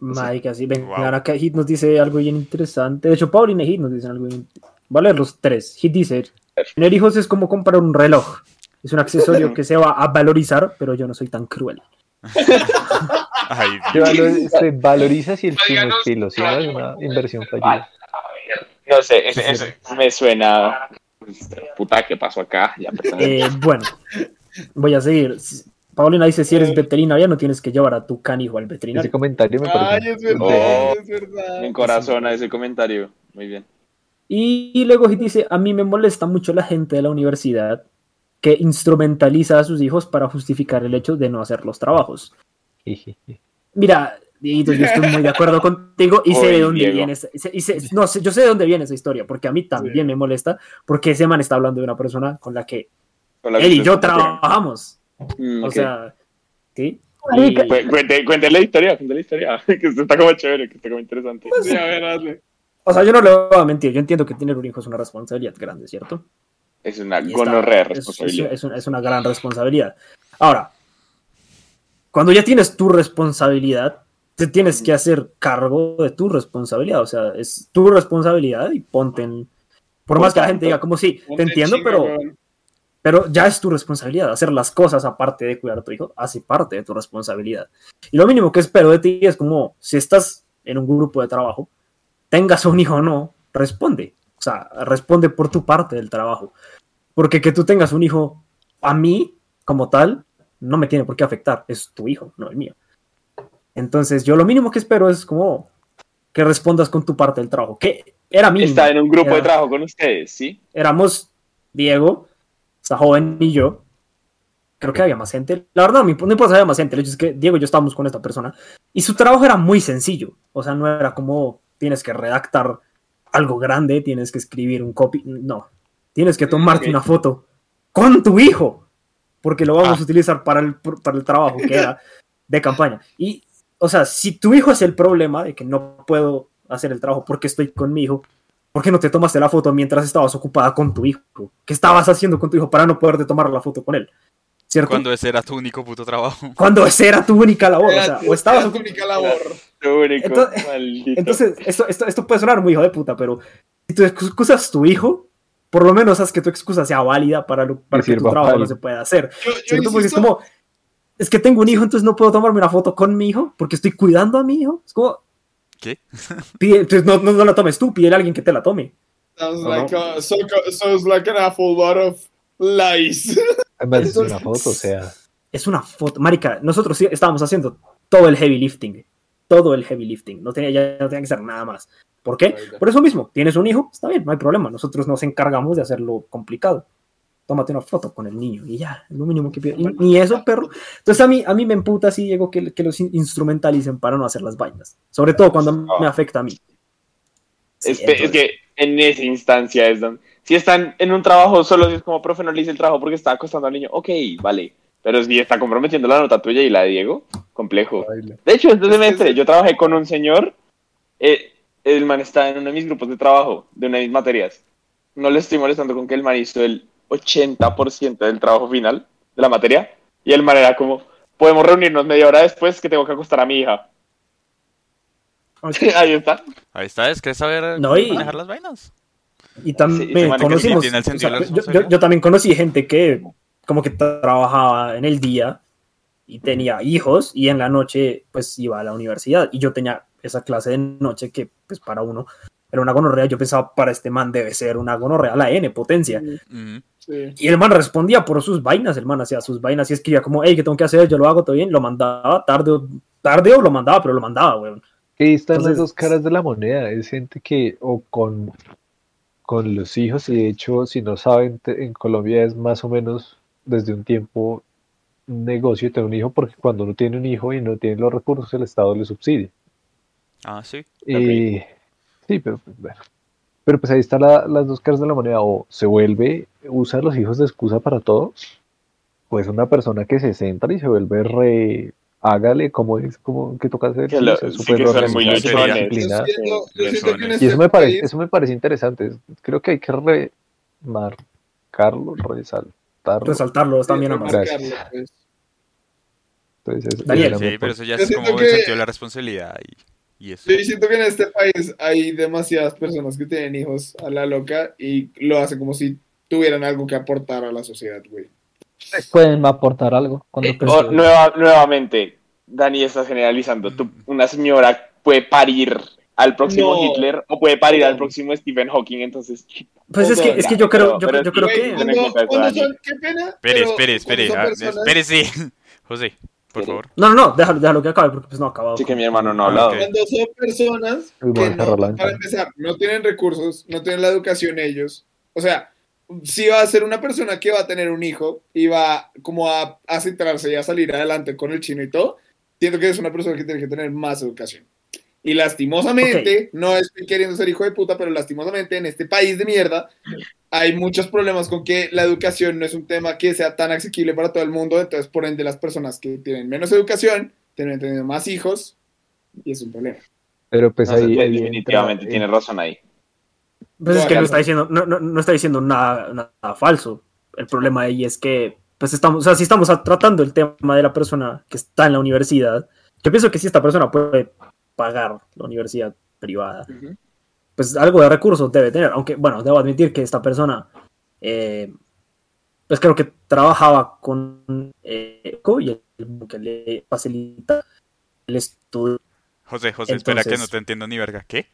S2: Marica, sí, venga,
S5: Wow.
S2: ahora que Hit nos dice algo bien interesante. De hecho, Pauline y Hit nos dicen algo bien Va a leer los tres. Hit dice, tener hijos es como comprar un reloj. Es un accesorio que se va a valorizar, pero yo no soy tan cruel.
S5: Ay,
S6: Se valor-
S9: este,
S6: Se valoriza si el chino
S3: Oigan,
S6: es
S3: no,
S6: pilo, si no es una inversión fallida.
S4: No sé, es- es- me suena. Puta, ¿qué pasó acá? Ya empezamos.
S2: Eh, bueno, voy a seguir. Paulina dice, si eres veterinaria, no tienes que llevar a tu canijo al
S6: Ese
S2: veterinario.
S6: comentario me
S3: Ay,
S6: parece.
S3: es verdad,
S4: Oh.
S3: es verdad.
S4: en corazón a ese comentario. Muy bien.
S2: Y, y luego Hit dice, a mí me molesta mucho la gente de la universidad que instrumentaliza a sus hijos para justificar el hecho de no hacer los trabajos.
S6: Jijiji.
S2: Mira, Dieguito, yo estoy muy de acuerdo contigo y sé
S4: Oy,
S2: de dónde
S4: Diego.
S2: viene esa, y sé- no sé, yo sé de dónde viene esa historia, porque a mí también me molesta, porque ese man está hablando de una persona con la que
S4: Con la
S2: él y
S4: que-
S2: yo trabajamos.
S4: Mm,
S2: O
S4: ok. pues
S2: sea, ¿sí?
S7: Marica.
S2: Y-
S4: Cu- Cuente, cuente la historia, cuente la historia. Que esto está como chévere, que está como interesante.
S3: Sí, a ver, hazle.
S2: o sea, yo no le voy a mentir, yo entiendo que tener un hijo es una responsabilidad grande, ¿cierto?
S4: Es una
S2: Y está-
S4: gonorrea de
S2: es- es-
S4: responsabilidad.
S2: Es, una, es una gran responsabilidad. Ahora, cuando ya tienes tu responsabilidad, te tienes que hacer cargo de tu responsabilidad. O sea, es tu responsabilidad y ponte en. Por
S4: Por
S2: más que la
S4: tanto,
S2: gente diga, como sí, te
S3: Ponte
S2: entiendo,
S3: chinga,
S2: pero,
S3: weón.
S2: pero ya es tu responsabilidad. Hacer las cosas aparte de cuidar a tu hijo hace parte de tu responsabilidad. Y lo mínimo que espero de ti es como, si estás en un grupo de trabajo, tengas un hijo o no, responde. O sea, responde por tu parte del trabajo. Porque que tú tengas un hijo, a mí, como tal, no me tiene por qué afectar. Es tu hijo, no el mío. Entonces, yo lo mínimo que espero es como que respondas con tu parte del trabajo. Que era mínimo.
S4: Está en un grupo de
S2: Era-
S4: trabajo con ustedes, ¿sí?
S2: éramos Diego, esta joven y yo. Creo que había más gente. La verdad, no me imp- no importa si había más gente. El hecho es que Diego y yo estábamos con esta persona. Y su trabajo era muy sencillo. O sea, no era como tienes que redactar algo grande, tienes que escribir un copy. No. Tienes que tomarte
S4: ok.
S2: una foto con tu hijo. Porque lo vamos
S5: Ah.
S2: a utilizar para el, por- para el trabajo que era de campaña. Y, o sea, si tu hijo es el problema de que no puedo hacer el trabajo porque estoy con mi hijo, ¿Por qué no te tomaste la foto mientras estabas ocupada con tu hijo? ¿Qué estabas haciendo con tu hijo para no poderte tomar la foto con él? ¿Cierto? Cuando,
S5: cuando ese era tu único puto trabajo.
S2: esa era tu única labor. O, sea,
S3: Era-
S2: o estabas
S3: era
S2: ocu-
S3: tu única labor.
S4: Lo único,
S2: Entonces-
S4: maldito.
S2: Entonces, esto, esto, esto puede sonar muy hijo de puta, pero si tú excusas tu hijo, por lo menos haz que tu excusa sea válida para, lo- para
S6: Y
S2: que tu
S6: sirva
S2: trabajo
S6: para
S2: no
S6: algo.
S2: se pueda hacer.
S3: Yo, yo
S2: ¿Cierto? Porque es
S3: insisto,
S2: como, es que tengo un hijo, entonces no puedo tomarme una foto con mi hijo porque estoy cuidando a mi hijo. Es como,
S5: ¿Qué?
S2: pide- entonces no, no, no la tomes tú, pide a alguien que te la tome.
S3: sounds
S2: No,
S3: like a- so- sounds like an awful lot of lies.
S6: Además, es
S2: Entonces-
S6: una foto, o sea.
S2: Es una foto. Marica, nosotros sí estábamos haciendo todo el heavy lifting. Todo el heavy lifting. No tenía, ya no tenía que hacer nada más. ¿Por qué?
S3: Oiga.
S2: Por eso mismo. Tienes un hijo, está bien, no hay problema. Nosotros nos encargamos de hacerlo complicado. Tómate una foto con el niño y ya, lo mínimo que pido. Y- Ni eso, perro. Entonces a mí, a mí me emputa así, Diego, que, que los in- instrumentalicen para no hacer las vainas. Sobre todo cuando me afecta a mí. Sí,
S4: Ah. es, pe- es
S2: entonces-
S4: que en esa instancia es donde. Si están en un trabajo solo, si es como, profe, no le hice el trabajo porque está acostando al niño. Ok, vale. Pero si está comprometiendo la nota tuya y la de Diego, complejo. De hecho, este semestre yo trabajé con un señor. eh, el man está en uno de mis grupos de trabajo, de una de mis materias. No le estoy molestando con que el man hizo el 80% del trabajo final de la materia. Y el man era como, podemos reunirnos media hora después que tengo que acostar a mi hija. Ahí está.
S5: Ahí está, es que saber
S2: No, y-
S5: manejar las vainas.
S2: Y
S4: Sí, sí,
S2: también
S4: marica,
S2: conocimos.
S5: sí, tiene el sentido de la
S2: yo- yo,
S5: responsabilidad.
S2: yo también conocí gente que, como que tra- trabajaba en el día y tenía hijos, y en la noche, pues iba a la universidad. Y yo tenía esa clase de noche que, pues para uno, era una gonorrea. Yo pensaba, para este man debe ser una gonorrea, la N potencia.
S5: Ujú.
S3: Sí.
S2: Y el man respondía por sus vainas, el man hacía sus vainas y escribía como, hey, ¿qué tengo que hacer? Yo lo hago, todo bien. Lo mandaba tarde, o- tarde o lo mandaba, pero lo mandaba, weón.
S9: Que están
S2: Entonces-
S9: las dos caras de la moneda. Es gente que, o con, con los hijos, y de hecho, si no saben, te- en Colombia es más o menos desde un tiempo un negocio tener un hijo, porque cuando uno tiene un hijo y no tiene los recursos, el Estado le subsidia.
S5: Ah, sí.
S9: Y, sí, pero pues, bueno. Pero pues ahí están las dos caras de la moneda. O se vuelve, usa a los hijos de excusa para todo, pues una persona que se centra y se vuelve re. Hágale como es, como que toca hacer.
S4: Que lo-
S9: sí, o sea,
S4: sí,
S9: súper
S4: que son muy
S9: organizada, súper
S5: luchones.
S3: Yo
S9: disciplinada.
S3: siento, yo siento que en
S9: Y
S3: este
S9: eso me parece,
S3: país-
S9: eso me parece interesante. Creo que hay que remarcarlo, resaltarlo.
S2: Resaltarlo, está bien amado.
S3: remarcarlo, pues.
S9: Entonces, ese
S2: Daniel.
S9: era mi
S5: Sí, pero
S9: aporte.
S5: eso ya
S3: Yo
S5: es como
S3: siento
S5: el
S3: que-
S5: sentido de la responsabilidad y, y eso.
S3: Yo siento que en este país hay demasiadas personas que tienen hijos a la loca y lo hacen como si tuvieran algo que aportar a la sociedad, güey.
S7: Pueden aportar algo. Cuando
S4: Eh,
S7: crezcan.
S4: o- nueva- nuevamente, Dani está generalizando. Tú- una señora puede parir al próximo
S3: No.
S4: Hitler o puede parir al
S3: No.
S4: próximo Stephen Hawking, entonces...
S2: Pues es que, es que yo creo, yo,
S4: Pero-
S2: yo creo
S3: Güey,
S2: que...
S4: Tiene
S3: cuando,
S4: que ver con
S3: cuando
S4: alguien.
S3: son, qué pena.
S5: Espere,
S3: pero cuando
S5: espere, espere.
S3: son
S5: ah,
S3: personas-
S5: Espere, sí. José, por
S4: Sí.
S5: favor.
S2: No, no, no, déjalo, déjalo que acabe, porque pues no ha acabado.
S4: Sí que
S2: con-
S4: mi hermano no ha
S5: Ah,
S4: hablado.
S5: ok.
S3: Cuando son personas
S9: Uy,
S3: que
S9: Marca
S3: no,
S9: Roland.
S3: para empezar, no tienen recursos, no tienen la educación ellos. O sea, si va a ser una persona que va a tener un hijo y va como a, a centrarse y a salir adelante con el chino y todo, siento que es una persona que tiene que tener más educación. Y lastimosamente, no estoy queriendo ser hijo de puta, pero lastimosamente en este país de mierda hay muchos problemas con que la educación no es un tema que sea tan asequible para todo el mundo, entonces por ende las personas que tienen menos educación tienen teniendo más hijos y es un problema.
S9: Pero pues
S4: Entonces,
S9: ahí,
S4: pues,
S9: ahí
S4: definitivamente
S9: entra-
S4: tiene razón ahí.
S2: Pues es que
S3: Claro.
S2: no está diciendo, no, no, no está diciendo nada, nada falso. El problema ahí es que, pues estamos, o sea, si estamos tratando el tema de la persona que está en la universidad, yo pienso que si esta persona puede pagar la universidad privada,
S4: Ujú.
S2: pues algo de recursos debe tener. Aunque, bueno, debo admitir que esta persona, eh, pues creo que trabajaba con eh, ECO y el que le facilita el estudio.
S5: José, José, espera que no
S2: Entonces-
S5: te entiendo ni verga. ¿Qué?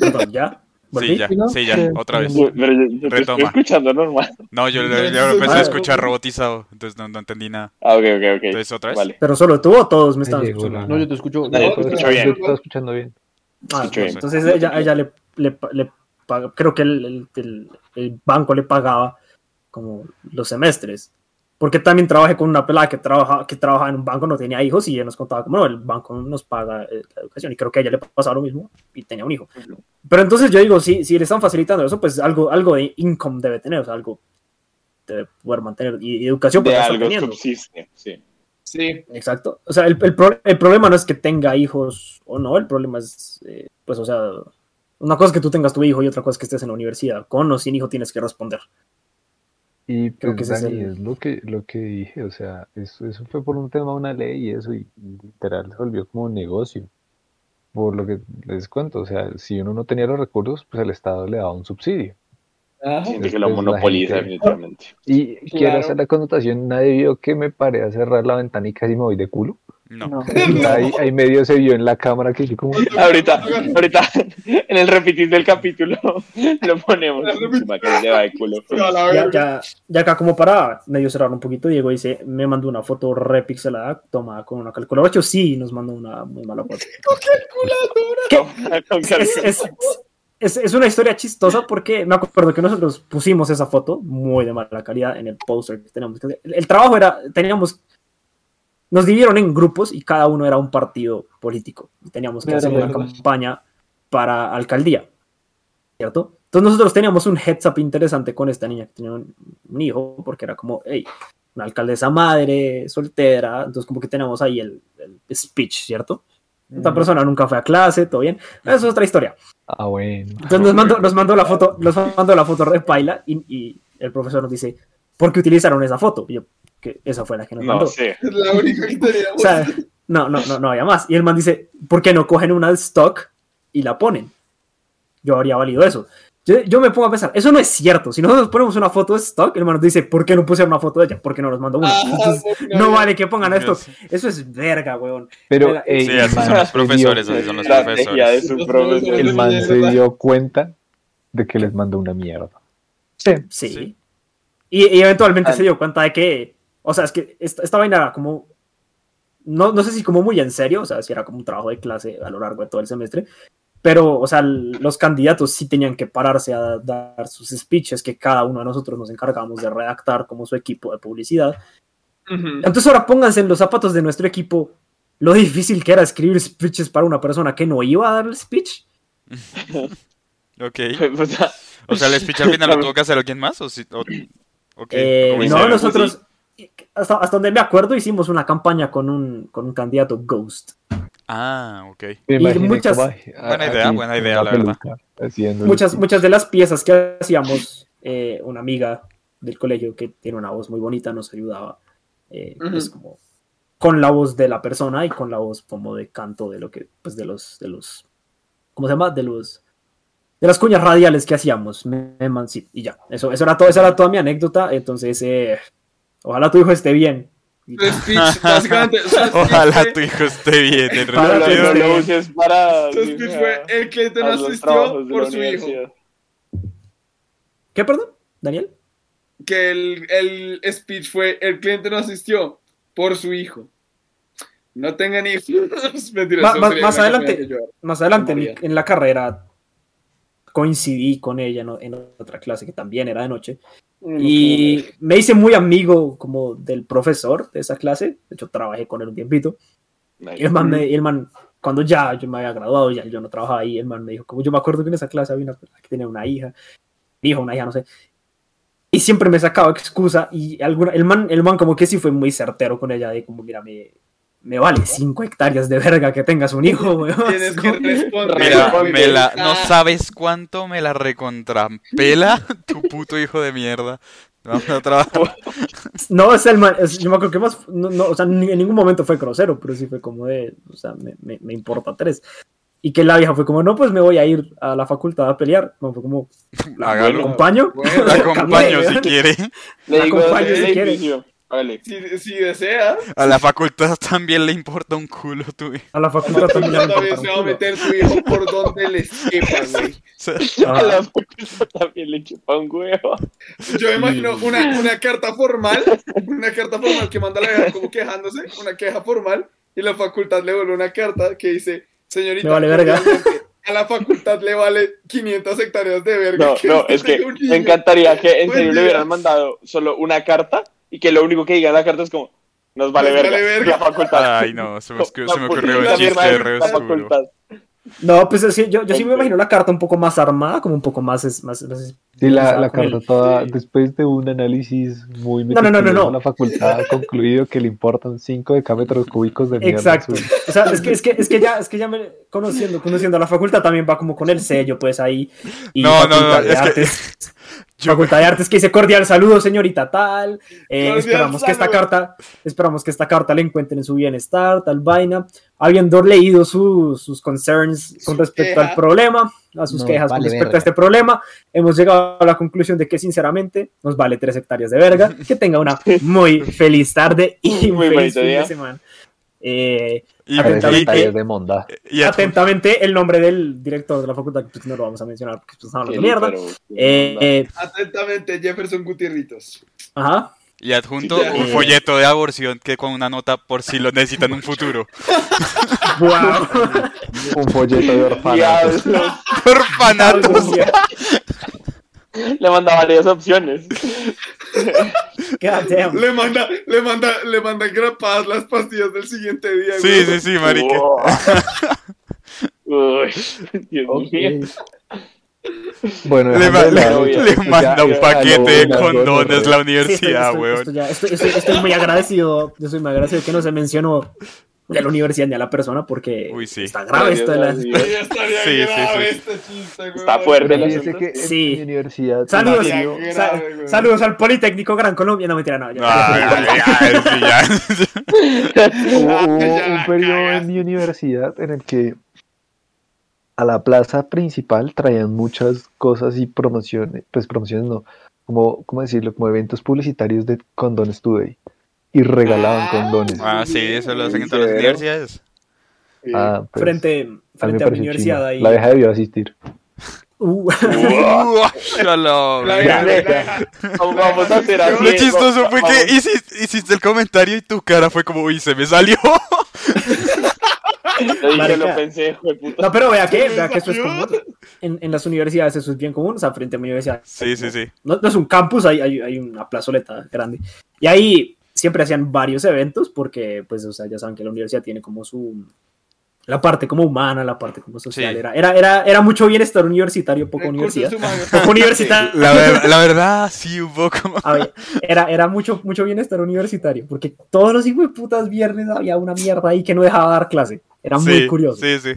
S2: Perdón, ¿ya?
S5: Sí,
S2: ¿Volví?
S5: ya,
S7: No,
S5: sí, ya,
S7: que-
S5: otra vez.
S4: Yo- pero yo- yo te estoy
S5: pues, Retoma.
S4: escuchando normal.
S5: No, yo
S3: No,
S5: lo, yo
S3: eso
S5: lo
S3: es
S5: empecé a
S2: malo.
S5: escuchar robotizado, entonces no, no entendí nada.
S4: Ah, ok, ok, ok.
S5: Entonces, ¿otra vez?
S4: Vale.
S2: Pero solo tú o todos me están
S9: Llegó
S2: escuchando.
S9: la-
S8: No, yo te escucho.
S4: Dale,
S3: No,
S9: Todo
S4: te
S9: está-
S4: escucho bien.
S9: yo te estaba escuchando bien.
S2: Ah,
S4: Escuché bien.
S2: entonces ella, a ella le, le- le paga- creo que el, el- el- el banco le pagaba como los semestres. Porque también trabajé con una pelada que trabaja, que trabajaba en un banco, no tenía hijos y ella nos contaba como, no, el banco nos paga eh, la educación. Y creo que a ella le pasaba lo mismo y tenía un hijo. Pero entonces yo digo, si, si le están facilitando eso, pues algo, algo de income debe tener, o sea, algo debe poder mantener. Y, y educación pues
S4: De
S2: la está
S4: algo
S2: teniendo.
S4: subsiste, sí.
S3: Sí,
S2: Exacto. O sea, el, el pro- el problema no es que tenga hijos o no, el problema es, eh, pues, o sea, una cosa es que tú tengas tu hijo y otra cosa es que estés en la universidad. Con o sin hijo tienes que responder.
S9: Y
S2: Creo
S9: pues
S2: que ese es
S9: Dani,
S2: el-
S9: es lo que, lo que dije, o sea, eso, eso fue por un tema, una ley y eso, y, y literal se volvió como un negocio. Por lo que les cuento, o sea, si uno no tenía los recursos, pues el Estado le daba un subsidio.
S3: ajá.
S4: Siente que lo
S9: Pues, la
S4: monopoliza
S9: gente-
S4: definitivamente.
S9: Y quiero
S3: Claro.
S9: hacer la connotación, nadie vio que me paré a cerrar la ventana y casi me voy de culo.
S5: No.
S7: no.
S9: Ahí, ahí medio se vio en la cámara que yo como...
S4: Ahorita, ahorita, en el repetir del capítulo, lo ponemos. Encima que le va de culo.
S3: Pero a la
S2: Ya,
S3: verga.
S2: ya, ya acá como para medio cerrar un poquito, Diego dice, me mandó una foto repixelada tomada con una calculadora. De hecho, sí, nos mandó una muy mala foto.
S4: Con
S2: es,
S4: calma.
S2: es- es- es una historia chistosa porque me acuerdo que nosotros pusimos esa foto muy de mala calidad en el póster que teníamos que hacer. El, el trabajo era, teníamos, nos dividieron en grupos y cada uno era un partido político. Y Teníamos que
S7: Mierda,
S2: hacer una
S7: mierda.
S2: campaña para alcaldía, ¿cierto? Entonces nosotros teníamos un heads up interesante con esta niña que tenía un, un hijo porque era como, hey, una alcaldesa madre, soltera, entonces como que tenemos ahí el, el speech, ¿cierto? Esta
S7: Mm.
S2: persona nunca fue a clase, todo bien. Eso es otra historia.
S9: Ah, bueno.
S2: Entonces nos mandó, nos mandó la foto, nos mandó la foto repaila y, y el profesor nos dice, ¿por qué utilizaron esa foto? Y yo, que esa fue la que nos
S4: No
S2: mandó.
S4: sé.
S3: Es la única que
S2: O
S3: teníamos.
S2: sea, no, no, no, no había más. Y el man dice, ¿por qué no cogen una de stock y la ponen? Yo habría valido eso. Yo, yo me pongo a pensar, eso no es cierto. Si nosotros ponemos una foto de stock, el man nos dice, ¿por qué no pusieron una foto de ella? ¿Por qué no nos mandó una?
S3: Ajá,
S2: Entonces,
S3: porque
S2: Ah, no
S3: había-
S2: vale que pongan
S5: Yo
S2: esto.
S5: sé.
S2: Eso es verga, weón.
S9: Pero
S2: Mira,
S9: ey,
S5: Sí,
S9: el
S5: así son
S9: man
S5: los
S9: se dio-
S5: profesores, así son los
S4: La estrategia de
S5: profesores.
S4: su
S3: Los
S4: profesor.
S3: profesores.
S9: el man se
S3: mierda.
S9: dio cuenta de que les mandó una mierda.
S2: Sí.
S5: Sí.
S2: Y, y eventualmente se dio cuenta de que, o sea, es que esta, esta vaina era como, no, no sé si como muy en serio, o sea, si era como un trabajo de clase a lo largo de todo el semestre, pero, o sea, los candidatos sí tenían que pararse a dar sus speeches que cada uno de nosotros nos encargamos de redactar como su equipo de publicidad.
S3: Ujú.
S2: Entonces ahora pónganse en los zapatos de nuestro equipo lo difícil que era escribir speeches para una persona que no iba a dar el speech.
S5: Ok.
S4: O sea,
S5: O sea, el speech al final lo tuvo que hacer alguien más o si- o- ok,
S2: Eh,
S5: ¿cómo
S2: no,
S5: hicieron?
S2: nosotros, hasta, hasta donde me acuerdo, hicimos una campaña con un, con un candidato Ghost.
S5: Ah, ok.
S9: Me
S2: Y
S9: imaginé
S2: muchas-
S9: como, ay, a-
S5: Buena idea,
S9: aquí,
S5: buena
S9: con
S5: idea,
S9: una
S5: la verdad.
S9: peluca, haciendo el
S2: muchas,
S9: speech.
S2: muchas de las piezas que hacíamos, eh, una amiga del colegio que tiene una voz muy bonita nos ayudaba, eh, pues, como con la voz de la persona y con la voz como de canto de lo que, pues de los, de los, ¿cómo se llama? De los, de las cuñas radiales que hacíamos, me- me man- sí, y ya, eso, eso era todo, esa era toda mi anécdota, entonces, eh, ojalá tu hijo esté bien. Y-
S3: Su speech, básicamente. su speech
S5: Ojalá
S3: fue-
S5: tu hijo esté bien, en
S2: Ojalá
S4: no,
S2: tu hijo
S5: realidad.
S4: no,
S2: esté
S4: lo
S2: bien.
S4: uses este, para.
S3: su speech pues, fue: el cliente no
S4: a los
S3: asistió
S4: trabajos de la
S3: por su hijo.
S4: universidad.
S2: ¿Qué, perdón, Daniel?
S3: Que el, el speech fue: el cliente no asistió por su hijo. No tengan hijos. Mentira,
S2: Ma-
S3: eso
S2: más-
S3: sería
S2: más
S3: una
S2: adelante.
S3: cantidad que yo-
S2: más adelante en, mi-
S3: Moría.
S2: en la carrera coincidí con ella en, o- en otra clase que también era de noche Mm, y me hice muy amigo como del profesor de esa clase, de hecho trabajé con él un tiempito y el man,
S3: mm.
S2: me- y el man cuando ya yo me había graduado, ya yo no trabajaba ahí, el man me dijo, como yo me acuerdo que en esa clase había una persona que tenía una hija, hija, una hija, no sé. Y siempre me sacaba excusa y alguna, el, man, el man como que sí fue muy certero con ella, de como, mira, me, me vale cinco hectáreas de verga que tengas un hijo, weón.
S3: Tienes que responder.
S5: Mira,
S4: Muy
S5: me
S4: bien.
S5: la, no
S3: Ah.
S5: sabes cuánto me la recontrampela tu puto hijo de mierda. Vamos a trabajar.
S2: No, es el man, es- yo me acuerdo que más, no, no, o sea, ni- en ningún momento fue grosero, pero sí fue como de, o sea, me, me- me importa tres. Y que la vieja fue como, no, pues me voy a ir a la facultad a pelear. No, fue como, ¿la
S5: Hágalo.
S2: acompaño?
S3: Bueno,
S5: La acompaño
S4: ¿eh?
S5: si quiere.
S4: Le digo
S2: acompaño
S4: "Dale,
S2: si
S4: el
S2: quieres".
S4: edificio". Órale.
S3: si, si deseas,
S5: A la facultad también le importa un culo tu hijo.
S2: A la facultad también le
S3: también
S2: importa un
S3: se va a
S2: culo.
S3: meter su hijo por donde le sepa, güey.
S5: O sea,
S4: A
S2: Ajá.
S4: la facultad también le chupa un huevo.
S3: Yo me imagino una, una carta formal, una carta formal que manda la vieja como quejándose, una queja formal, y la facultad le vuelve una carta que dice, señorita,
S2: Me vale verga.
S3: cordialmente, a la facultad le vale 500 hectáreas de verga.
S4: No, no,
S3: usted
S4: es
S3: tenga
S4: que
S3: este un niño".
S4: me encantaría que en
S3: Buen
S4: serio le
S3: día.
S4: hubieran mandado solo una carta y que lo único que diga en la carta es como, nos vale
S3: Nos
S4: verga.
S3: vale verga.
S4: La facultad.
S5: Ay, no, se me, oscu-
S4: La
S5: se me ocurrió
S4: facultad,
S5: un chiste
S4: mierda,
S5: re
S4: la
S5: oscuro.
S4: facultad.
S2: No, pues sí, yo, yo sí me
S4: Ok.
S2: imagino la carta un poco más armada, como un poco más... es- más, más-
S9: Sí, la, la
S2: con el-
S9: carta toda,
S3: Sí.
S9: después de un análisis muy
S2: No, no, no, no,
S9: meticuloso,
S2: no.
S9: la facultad ha concluido que le importan 5 decámetros cúbicos de mierda.
S2: Exacto.
S9: azul.
S2: O sea, es que, es que, es que ya, es que ya me conociendo, conociendo a la facultad también va como con el sello, pues ahí. Y
S5: No, no, no,
S2: Facultad de
S5: es que
S2: Artes. Facultad de Artes que dice cordial saludo, señorita tal. Eh,
S3: Cordial
S2: esperamos que esta
S3: saludo.
S2: carta, esperamos que esta carta la encuentren en su bienestar, tal vaina. Habiendo leído su- sus concerns con
S3: Su
S2: respecto
S3: queja.
S2: al problema, a sus
S10: Nos
S2: quejas con
S10: vale
S2: respecto
S10: verga.
S2: a este problema, hemos llegado a la conclusión de que sinceramente nos vale tres hectáreas de verga. Que tenga una muy feliz tarde y un
S4: Muy
S2: feliz
S4: bonito
S2: fin
S4: día.
S2: de semana. Eh,
S5: y,
S9: Pero ese
S2: Atentamente.
S5: y-
S9: detalle es de monda.
S3: Eh,
S5: y- y a-
S2: Atentamente, el nombre del director de la facultad, que pues, no lo vamos a mencionar porque pues, estamos hablando mierda.
S4: Pero-
S2: Eh, eh,
S3: Atentamente, Jefferson Gutierritos.
S2: ajá.
S5: y adjunto
S3: Ya.
S5: un folleto de aborción que con una nota por si lo necesitan en un futuro.
S2: Wow.
S9: Un folleto de orfanato.
S4: Diablo,
S5: Orfanatos.
S4: le manda varias opciones.
S2: God damn.
S3: Le manda, le manda, le manda grapadas las pastillas del siguiente día.
S5: Sí, sí, sí, marica.
S4: Wow. Uy, Dios mío.
S9: Bueno,
S5: Le,
S9: dejando
S5: ma-
S9: de
S5: le-
S9: lado-
S4: novia.
S5: le
S9: pues ya,
S5: manda
S9: ya,
S5: un paquete
S9: lo-
S5: de
S9: las dos
S5: condones
S2: Sí,
S5: la
S9: redes.
S2: estoy-
S5: universidad,
S2: estoy,
S5: weón.
S2: estoy ya- estoy- estoy- estoy muy agradecido. Yo soy muy agradecido que no se mencionó de la universidad ni a la persona porque
S5: Uy, sí.
S2: está grave
S4: Dios
S2: esto de la.
S4: mío.
S3: güey. Ya estaría
S5: Sí, sí,
S3: grave
S5: sí.
S3: este chiste, güey.
S4: Está fuerte
S9: Pero
S4: el
S9: fíjese
S4: asunto.
S9: que en
S2: Sí.
S9: mi universidad...
S2: Saludos,
S3: Nadie
S2: sal-
S3: grave, güey.
S2: saludos al Politécnico Gran Colombia. No mentira, no. ya.
S5: Ay, ay, ay, sí, ya.
S9: Hubo, hubo
S3: ya la
S9: un periodo
S3: cagaste.
S9: en mi universidad en el que a la plaza principal traían muchas cosas y promociones, pues promociones no, como, ¿cómo decirlo? Como eventos publicitarios de Condones Today y regalaban
S3: Ah,
S9: condones.
S5: Ah, sí, eso lo hacen en todas las
S4: Chévere.
S5: universidades.
S9: Ah, pues,
S2: Frente,
S9: a mí me
S2: frente a mi
S9: pareció
S2: universidad
S9: chimba.
S2: ahí.
S9: La deja debió asistir.
S2: Uh,
S3: La-
S5: Uashala,
S3: la-
S4: Vamos a hacer así.
S5: Lo chistoso fue que hiciste, hiciste el comentario y tu cara fue como, uy, se me salió.
S4: Yo dije,
S2: Marica.
S4: lo pensé, hijo de puta.
S2: no, pero vea que, vea que esto es común. En, en las universidades eso es bien común. O sea, frente a mi universidad
S5: Sí, sí, sí.
S2: no, no es un campus, hay, hay, hay una plazoleta grande. Y ahí siempre hacían varios eventos porque, pues, o sea, ya saben que la universidad tiene como su... La parte como humana, la parte como social.
S5: Sí.
S2: Era, era, era, era mucho bienestar universitario, poco universidad.
S3: Recursos humanos.
S2: Poco universitario.
S5: La, ver- la verdad, sí, un poco.
S2: A ver, era, era mucho, mucho bienestar universitario, porque todos los hijos de putas viernes había una mierda ahí que no dejaba dar clase. Era muy
S5: Sí,
S2: curioso.
S5: Sí, sí.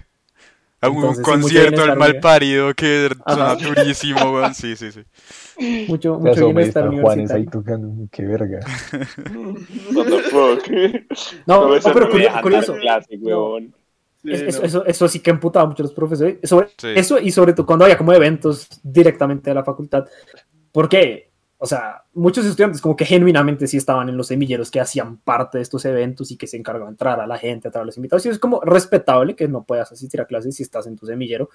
S5: A un
S2: Entonces, sí, mucho
S5: concierto al
S2: bienestar,
S5: mal
S2: güey.
S5: parido que suena
S2: Ajá.
S5: durísimo, weón. Sí, sí, sí.
S2: Mucho,
S6: Te
S2: mucho
S6: asomé y
S2: bienestar
S6: están Juanes ahí
S2: universitario.
S6: tocando. Qué verga.
S4: What the fuck.
S2: No,
S4: eso
S2: no, pero
S4: me
S2: curio-
S4: dejan
S2: curioso.
S4: dar clase, huevón.
S3: Sí,
S2: Es- eso,
S3: no.
S2: eso, eso sí que emputaba mucho a los profesores. Sobre
S5: Sí.
S2: Eso y sobre todo cuando había como eventos directamente de la facultad. Porque, o sea, muchos estudiantes como que genuinamente sí estaban en los semilleros que hacían parte de estos eventos y que se encargaban de entrar a la gente, a traer a los invitados. Y es como respetable que no puedas asistir a clases si estás en tu semillero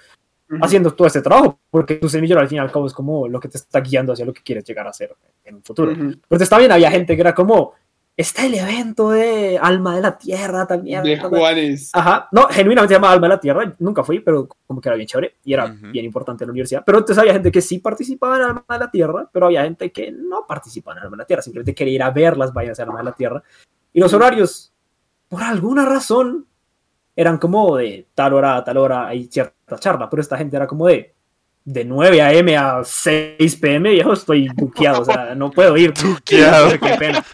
S3: Ujú.
S2: haciendo todo este trabajo. Porque tu semillero al fin y al cabo es como lo que te está guiando hacia lo que quieres llegar a hacer en un futuro.
S3: Ujú.
S2: Pero está bien, había gente que era como, está el evento de Alma de la Tierra, también.
S3: De Juanes.
S2: Ajá, no, genuinamente se llama Alma de la Tierra, nunca fui, pero como que era bien chévere y era
S5: Ujú.
S2: bien importante en la universidad. Pero entonces había gente que sí participaba en Alma de la Tierra, pero había gente que no participaba en Alma de la Tierra, simplemente quería ir a ver las vainas de Alma de la Tierra. Y los horarios, por alguna razón, eran como de tal hora a tal hora, hay cierta charla, pero esta gente era como de de 9 a.m. a 6 p.m., viejo, estoy buqueado, o sea, no puedo ir.
S5: Buqueado.
S2: Qué pena.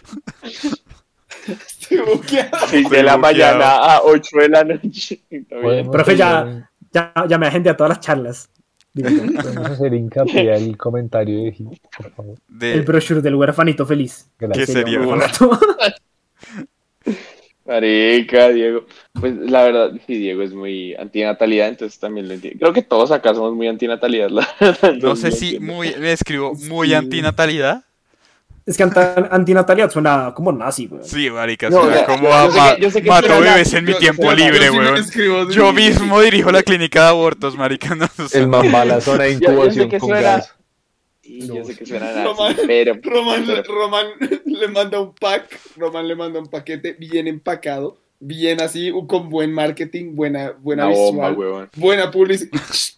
S3: Estoy buqueado.
S4: Sí, de la
S5: bloqueado.
S4: mañana a 8 de la noche. Está bien.
S6: Podemos
S2: Profe, ya-
S6: hacer-
S2: Ya, ya me agendé a todas las charlas. Digo,
S6: Podemos hacer hincapié al comentario de Gil, por favor.
S2: el
S5: De,
S2: brochure del huerfanito feliz.
S5: Eh, ¿Qué
S6: Gracias.
S5: sería,
S2: un
S5: weón?
S2: orfanato.
S4: Marica, Diego. Pues la verdad, sí, Diego es muy antinatalidad, entonces también lo entiendo. Creo que todos acá somos muy antinatalidad. la verdad,
S5: no sé
S4: lo
S5: si
S4: entiendo.
S5: muy, me escribo muy
S3: Sí.
S5: antinatalidad.
S2: Es que anta- antinatalidad suena como nazi, güey.
S5: Sí, marica,
S4: No,
S5: suena
S4: o sea,
S5: como
S4: yo
S5: a
S4: sé que-
S5: ma-
S4: yo sé que
S5: mato
S4: suena-
S5: bebés en mi
S3: Yo-
S5: tiempo
S3: yo-
S5: libre,
S3: yo sí me
S5: weón.
S3: escribo,
S5: Yo
S3: sí.
S5: mismo dirijo la clínica de abortos, marica. No, o sea,
S6: El mambalazo de
S4: Yo- yo sé
S6: incubación
S4: que
S6: con
S4: suena-
S6: gas.
S4: Sí, yo sé que suena nazi,
S3: Román-
S4: pero,
S3: Roman,
S4: pero-
S3: Roman le manda un pack, Roman le manda un paquete bien empacado, bien así, con buen marketing, buena, buena
S4: una bomba,
S3: visual,
S4: huevón.
S3: buena publicidad.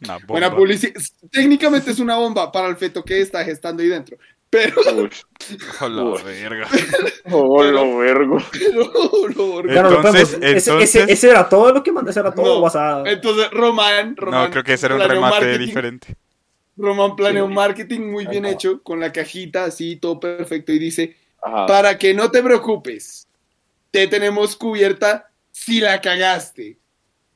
S5: una bomba.
S3: Buena publicidad. Técnicamente es una bomba para el feto que está gestando ahí dentro. Pero,
S4: Uf.
S5: Hijo de la
S4: Uf.
S5: verga.
S4: Oh, lo vergo.
S3: pero, lo horrible.
S2: Ya no lo
S5: Entonces,
S2: podemos- ese-
S5: entonces-
S2: ese, ese era todo lo que mandé, ese era todo.
S3: No, eh,
S2: vas a...
S3: Entonces, Román, Román
S5: No, creo que ese era un
S3: planeó
S5: remate
S3: marketing,
S5: diferente.
S3: Román planeó un
S4: Sí.
S3: marketing muy bien
S4: Ah, no.
S3: hecho, con la cajita así, todo perfecto, y dice,
S4: Ajá.
S3: Para que no te preocupes, te tenemos cubierta si la cagaste.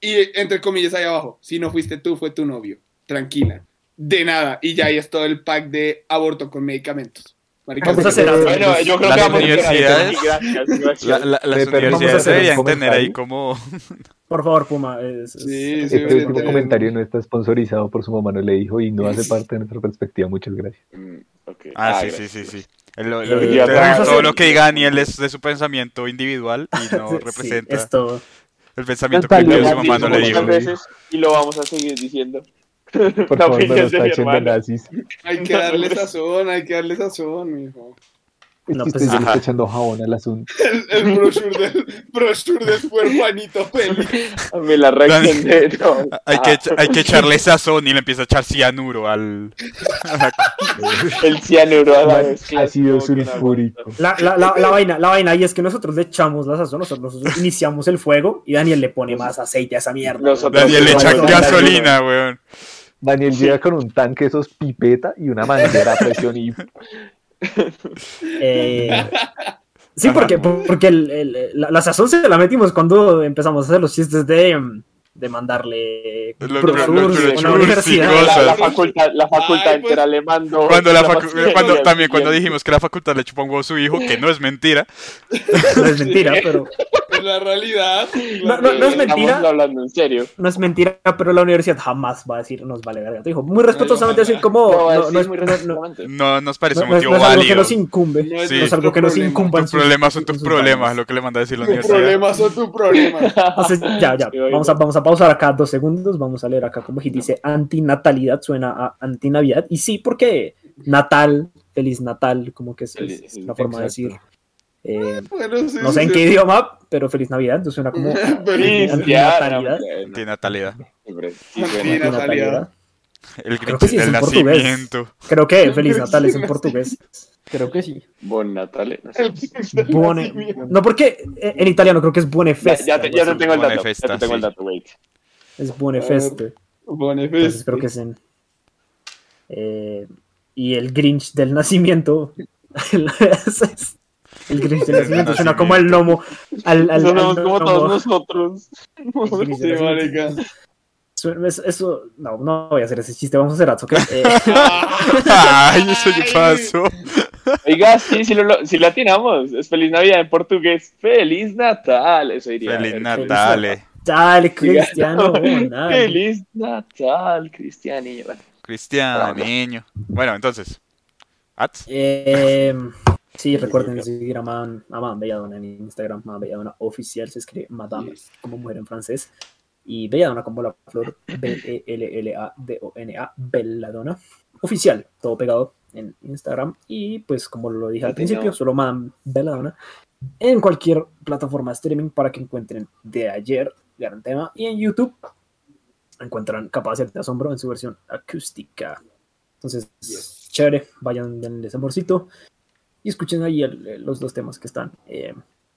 S3: Y entre comillas ahí abajo, si no fuiste tú, fue tu novio. Tranquila. De nada. Y ya ahí es todo el pack de aborto con medicamentos. Marica,
S2: Vamos a
S3: sí.
S2: hacer algo.
S4: Bueno, yo creo
S5: Las
S4: que vamos a
S5: universidades-
S4: Gracias, gracias.
S5: La- la- las
S6: Sí, pero vamos a
S5: universidades
S6: hacer un
S5: deberían tener ahí
S6: comentario.
S5: como...
S2: Por favor, Puma. es- es-
S3: Sí, sí,
S6: Este
S3: sí,
S6: último
S3: sí.
S6: comentario no está sponsorizado por su mamá, no le dijo y no hace parte de nuestra perspectiva. Muchas gracias.
S4: Mm, ok.
S5: Ah, sí,
S4: gracias.
S5: sí, sí, sí. Lo-
S2: Eh,
S5: lo-
S2: ya,
S5: ya,
S2: vamos a
S5: todo
S2: hacer-
S5: lo que diga Daniel es de su pensamiento individual y no
S2: sí,
S5: representa
S2: es todo.
S5: el pensamiento
S7: Mentalidad.
S5: colectivo de su
S4: Lo
S5: mamá,
S4: hemos
S5: no le
S4: dicho
S5: digo.
S4: muchas veces y lo vamos a seguir diciendo.
S6: Por
S4: La
S2: pues,
S6: favor, no
S4: opinión
S6: nos
S4: de mi
S6: tachen de
S4: hermano.
S6: nazis.
S3: Hay que darle sazón, hay que darle sazón, mijo.
S6: Es
S2: No,
S6: que
S2: pues,
S6: usted ya le
S5: ajá.
S6: está echando jabón al asunto.
S3: El, el brochure del brochure del buen Juanito Feliz.
S4: Me la reacción de- no.
S5: Hay que,
S4: Ah,
S5: echa- hay que echarle sazón y le empieza a echar cianuro al...
S4: el cianuro a la
S6: Man,
S4: mezcla.
S6: Ácido
S4: como que no
S6: sulfúrico.
S2: La, la, la, la vaina, la vaina ahí es que nosotros le echamos la sazón, nosotros, nosotros iniciamos el fuego y Daniel le pone más aceite a esa mierda.
S4: Nosotros-
S5: Daniel le echa
S2: Nosotros-
S5: gasolina, weón.
S6: Daniel llega con un tanque, esos pipeta y una manguera a presión y
S2: Eh, sí, porque, porque el- el- la, la sazón se la metimos cuando empezamos a hacer los chistes de, mm, de mandarle
S5: Los
S2: brochures
S5: brochures,
S2: a una
S5: sí,
S2: universidad.
S4: La, la,
S5: cosas.
S4: facultad, la facultad
S3: Ay, pues,
S4: entera le mandó.
S5: Cuando la facu-
S4: mascarilla
S5: cuando,
S4: al
S5: también cuando
S4: siguiente.
S5: dijimos que la facultad le chupa un huevo a su hijo, que no es mentira.
S2: No es mentira, pero
S3: Es la realidad.
S2: No, no, no es mentira.
S4: Estamos hablando en serio.
S2: no es mentira, pero la universidad jamás va a decir nos vale verga. Te dijo, muy respetuosamente
S3: ojalá.
S2: así como no,
S4: No, es,
S2: no es,
S4: es muy
S2: no- no-
S4: relevante.
S5: No nos parece
S2: no-
S5: un
S2: no es-
S5: motivo
S2: no es algo que
S5: válido.
S2: nos incumbe.
S3: No es
S5: Sí.
S2: No es
S3: nuestro
S2: algo que nos
S3: problema.
S2: incumba. en
S5: Tus
S2: sus-
S5: problemas son
S2: en
S5: tus
S2: sus
S5: problemas,
S2: manos.
S5: lo que le manda a decir la
S3: Tus
S5: universidad.
S3: problemas son tus problemas.
S2: Entonces, ya, ya.
S4: Sí, oigo.
S2: Vamos a, vamos a pausar acá dos segundos, vamos a leer acá como Gil dice, antinatalidad suena a antinavidad, y sí, porque natal, feliz natal, como que es, es
S3: Feliz-
S2: la forma de decir. eh,
S3: Bueno, sí,
S2: no sé
S3: sí,
S2: en
S3: sí.
S2: qué idioma, pero feliz navidad, entonces suena como
S3: Feliz
S2: antinatalidad.
S5: Tiene natalidad.
S4: Hombre, sí,
S3: Antinatalidad.
S4: bueno.
S2: antinatalidad.
S5: El
S2: Creo
S5: grinch
S2: que sí es
S5: del
S2: en portugués.
S5: nacimiento.
S2: Creo que feliz natal es en portugués.
S8: Creo que sí.
S4: Bon Natale. no sé.
S2: Buone- No, porque eh, en italiano creo que es buone
S4: Ya,
S2: feste.
S4: ya te, ya te
S2: algo
S4: tengo el dato.
S5: Bonifesta,
S4: Ya te tengo el
S5: sí.
S4: dato, wait.
S2: así. Es buone feste. Entonces
S3: Bonifest.
S2: creo que es en. eh, y el Grinch del nacimiento. el Grinch del nacimiento suena como el lomo. Al, al-
S4: Sonamos
S2: al
S4: como
S2: gnomo.
S4: todos nosotros.
S2: El Grinch
S3: Sí,
S2: del nacimiento.
S3: marica.
S2: Suena- es- Eso, no, no voy a hacer ese chiste, vamos a hacer Atsuke. Eh, Ah.
S5: Ay, eso ya pasó.
S4: Oiga, sí, sí lo, lo- sí lo atinamos. Es Feliz Navidad en portugués. Feliz Natal. Eso diría.
S5: Feliz eh.
S4: Natal.
S5: Natale.
S2: dale, Cristiano. nada.
S4: Feliz Natal, Cristiani. Bueno,
S5: Cristiano,
S4: Bravo.
S5: niño. Bueno, entonces. Ats.
S2: Eh, sí, recuerden seguir a Madame, a Madame Belladonna en Instagram, Madame Belladonna oficial, se escribe Madame como mujer en francés. Y Belladonna como la flor, E B-E-L-L-A-D-O-N-A, Belladonna oficial, todo pegado en Instagram. Y pues, como lo dije al
S4: Latino.
S2: principio, solo Madame Belladonna en cualquier plataforma de streaming para que encuentren de ayer, gran tema. Y en YouTube encuentran Capacidad de Asombro en su versión acústica. Entonces, chévere, vayan, denle ese amorcito y escuchen ahí el- el- los dos temas que están eh,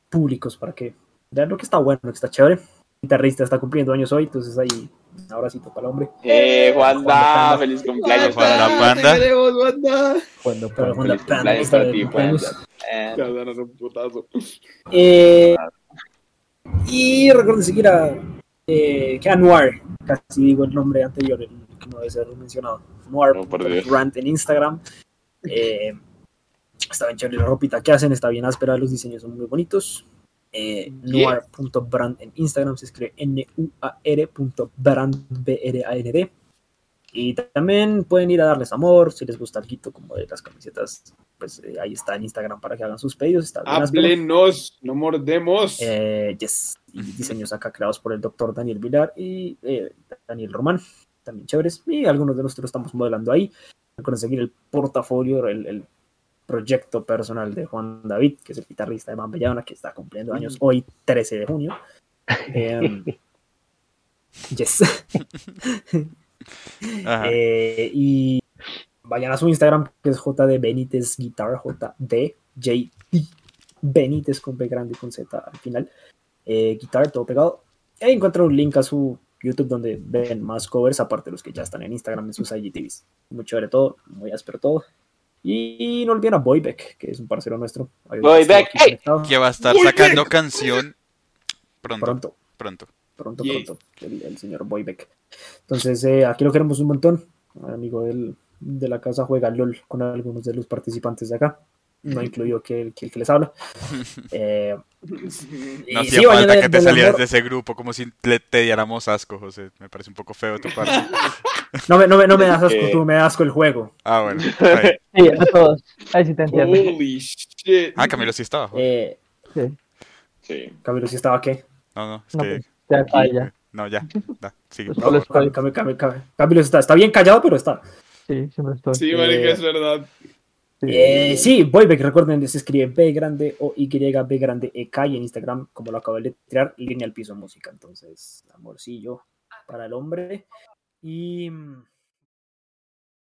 S2: públicos para que vean lo que está bueno, lo que está chévere. El guitarrista está cumpliendo años hoy, entonces ahí un abracito para el hombre.
S4: Eh, Juanda,
S2: Juanda.
S4: feliz cumpleaños.
S5: Juanda,
S4: Juanda.
S5: Juanda.
S3: Te queremos, Juanda.
S6: Cuando
S2: Para
S6: puedan.
S2: la
S4: Feliz
S2: Panda,
S4: cumpleaños
S2: está
S4: pues, para
S2: de
S4: ti,
S2: cumpleaños.
S4: Juanda. Eh,
S3: Te van a dar un putazo.
S2: Eh, y recuerden seguir a eh, que a Noir, casi digo el nombre anterior, el que no debe ser mencionado. Noir
S4: No, por Dios.
S2: Rant en Instagram. Eh, está bien chévere la ropita que hacen, está bien áspera, los diseños son muy bonitos. Eh,
S3: Yeah.
S2: Noir.brand en Instagram se escribe N-U-A-R.brand, B-R-A-N-D. Y también pueden ir a darles amor, si les gusta algo como de las camisetas, pues eh, ahí está en Instagram para que hagan sus pedidos. Está
S3: Ah,
S2: bien áspero.
S3: Háblenos, no mordemos.
S2: Eh, yes. Y diseños acá creados por el doctor Daniel Vilar y eh, Daniel Román, también chéveres. Y algunos de nosotros estamos modelando ahí. Recuerden seguir el portafolio, el, el proyecto personal de Juan David, que es el guitarrista de Mambellana, que está cumpliendo años hoy, 13 de junio. Em, yes.
S5: Ajá.
S2: Eh, y vayan a su Instagram, que es JD Benítez Guitar, JD JD Benítez con B grande y con Z al final. Eh, guitar, todo pegado. E encuentran un link a su YouTube donde ven más covers, aparte de los que ya están en Instagram en sus IGTVs. Muy chévere todo, muy áspero todo. Y no olviden a Boybeck, que es un parcero nuestro. Ahí está
S4: Boybeck,
S2: aquí
S4: ¡hey!
S2: conectado.
S5: Que va a estar
S3: Muy
S5: sacando canción pronto,
S2: Pronto
S5: pronto.
S2: pronto,
S3: Yeah.
S2: pronto, el, el señor Boybeck. Entonces, eh, aquí lo queremos un montón. Un amigo del- de la casa juega LOL con algunos de los participantes de acá, no incluido que, que el que les habla. Eh, y
S5: No
S2: sí,
S5: hacía
S2: vayan
S5: falta
S2: a-
S5: que te
S2: del
S5: salieras
S2: amor.
S5: de ese grupo como si le- te diéramos asco, José. Me parece un poco feo de tu parte.
S2: No me, no me- no me das asco,
S4: Eh.
S2: tú me das asco el juego.
S5: Ah, bueno. está bien.
S7: Sí, a todos. Ahí sí te entiendo.
S3: Holy shit.
S5: Ah, Camilo sí estaba. joder.
S2: Eh,
S4: Sí.
S2: Camilo, si estaba qué?
S5: No, no, es
S7: No,
S2: pues,
S7: pues,
S5: que...
S7: Ya, ahí ya.
S5: No, ya. Da, sigue.
S7: Pues, Solo
S2: No, Cam- Cam-
S7: estoy.
S2: Cam- Cam- Camilo está, está bien callado, pero está.
S7: Sí, siempre estoy.
S3: Sí, marica, es verdad.
S7: Sí.
S2: Eh, sí, Boybeck, recuerden, se escribe B grande O Y, B grande E K y en Instagram, como lo acabo de tirar, línea al piso música. Entonces, amorcillo para el hombre. Y mm,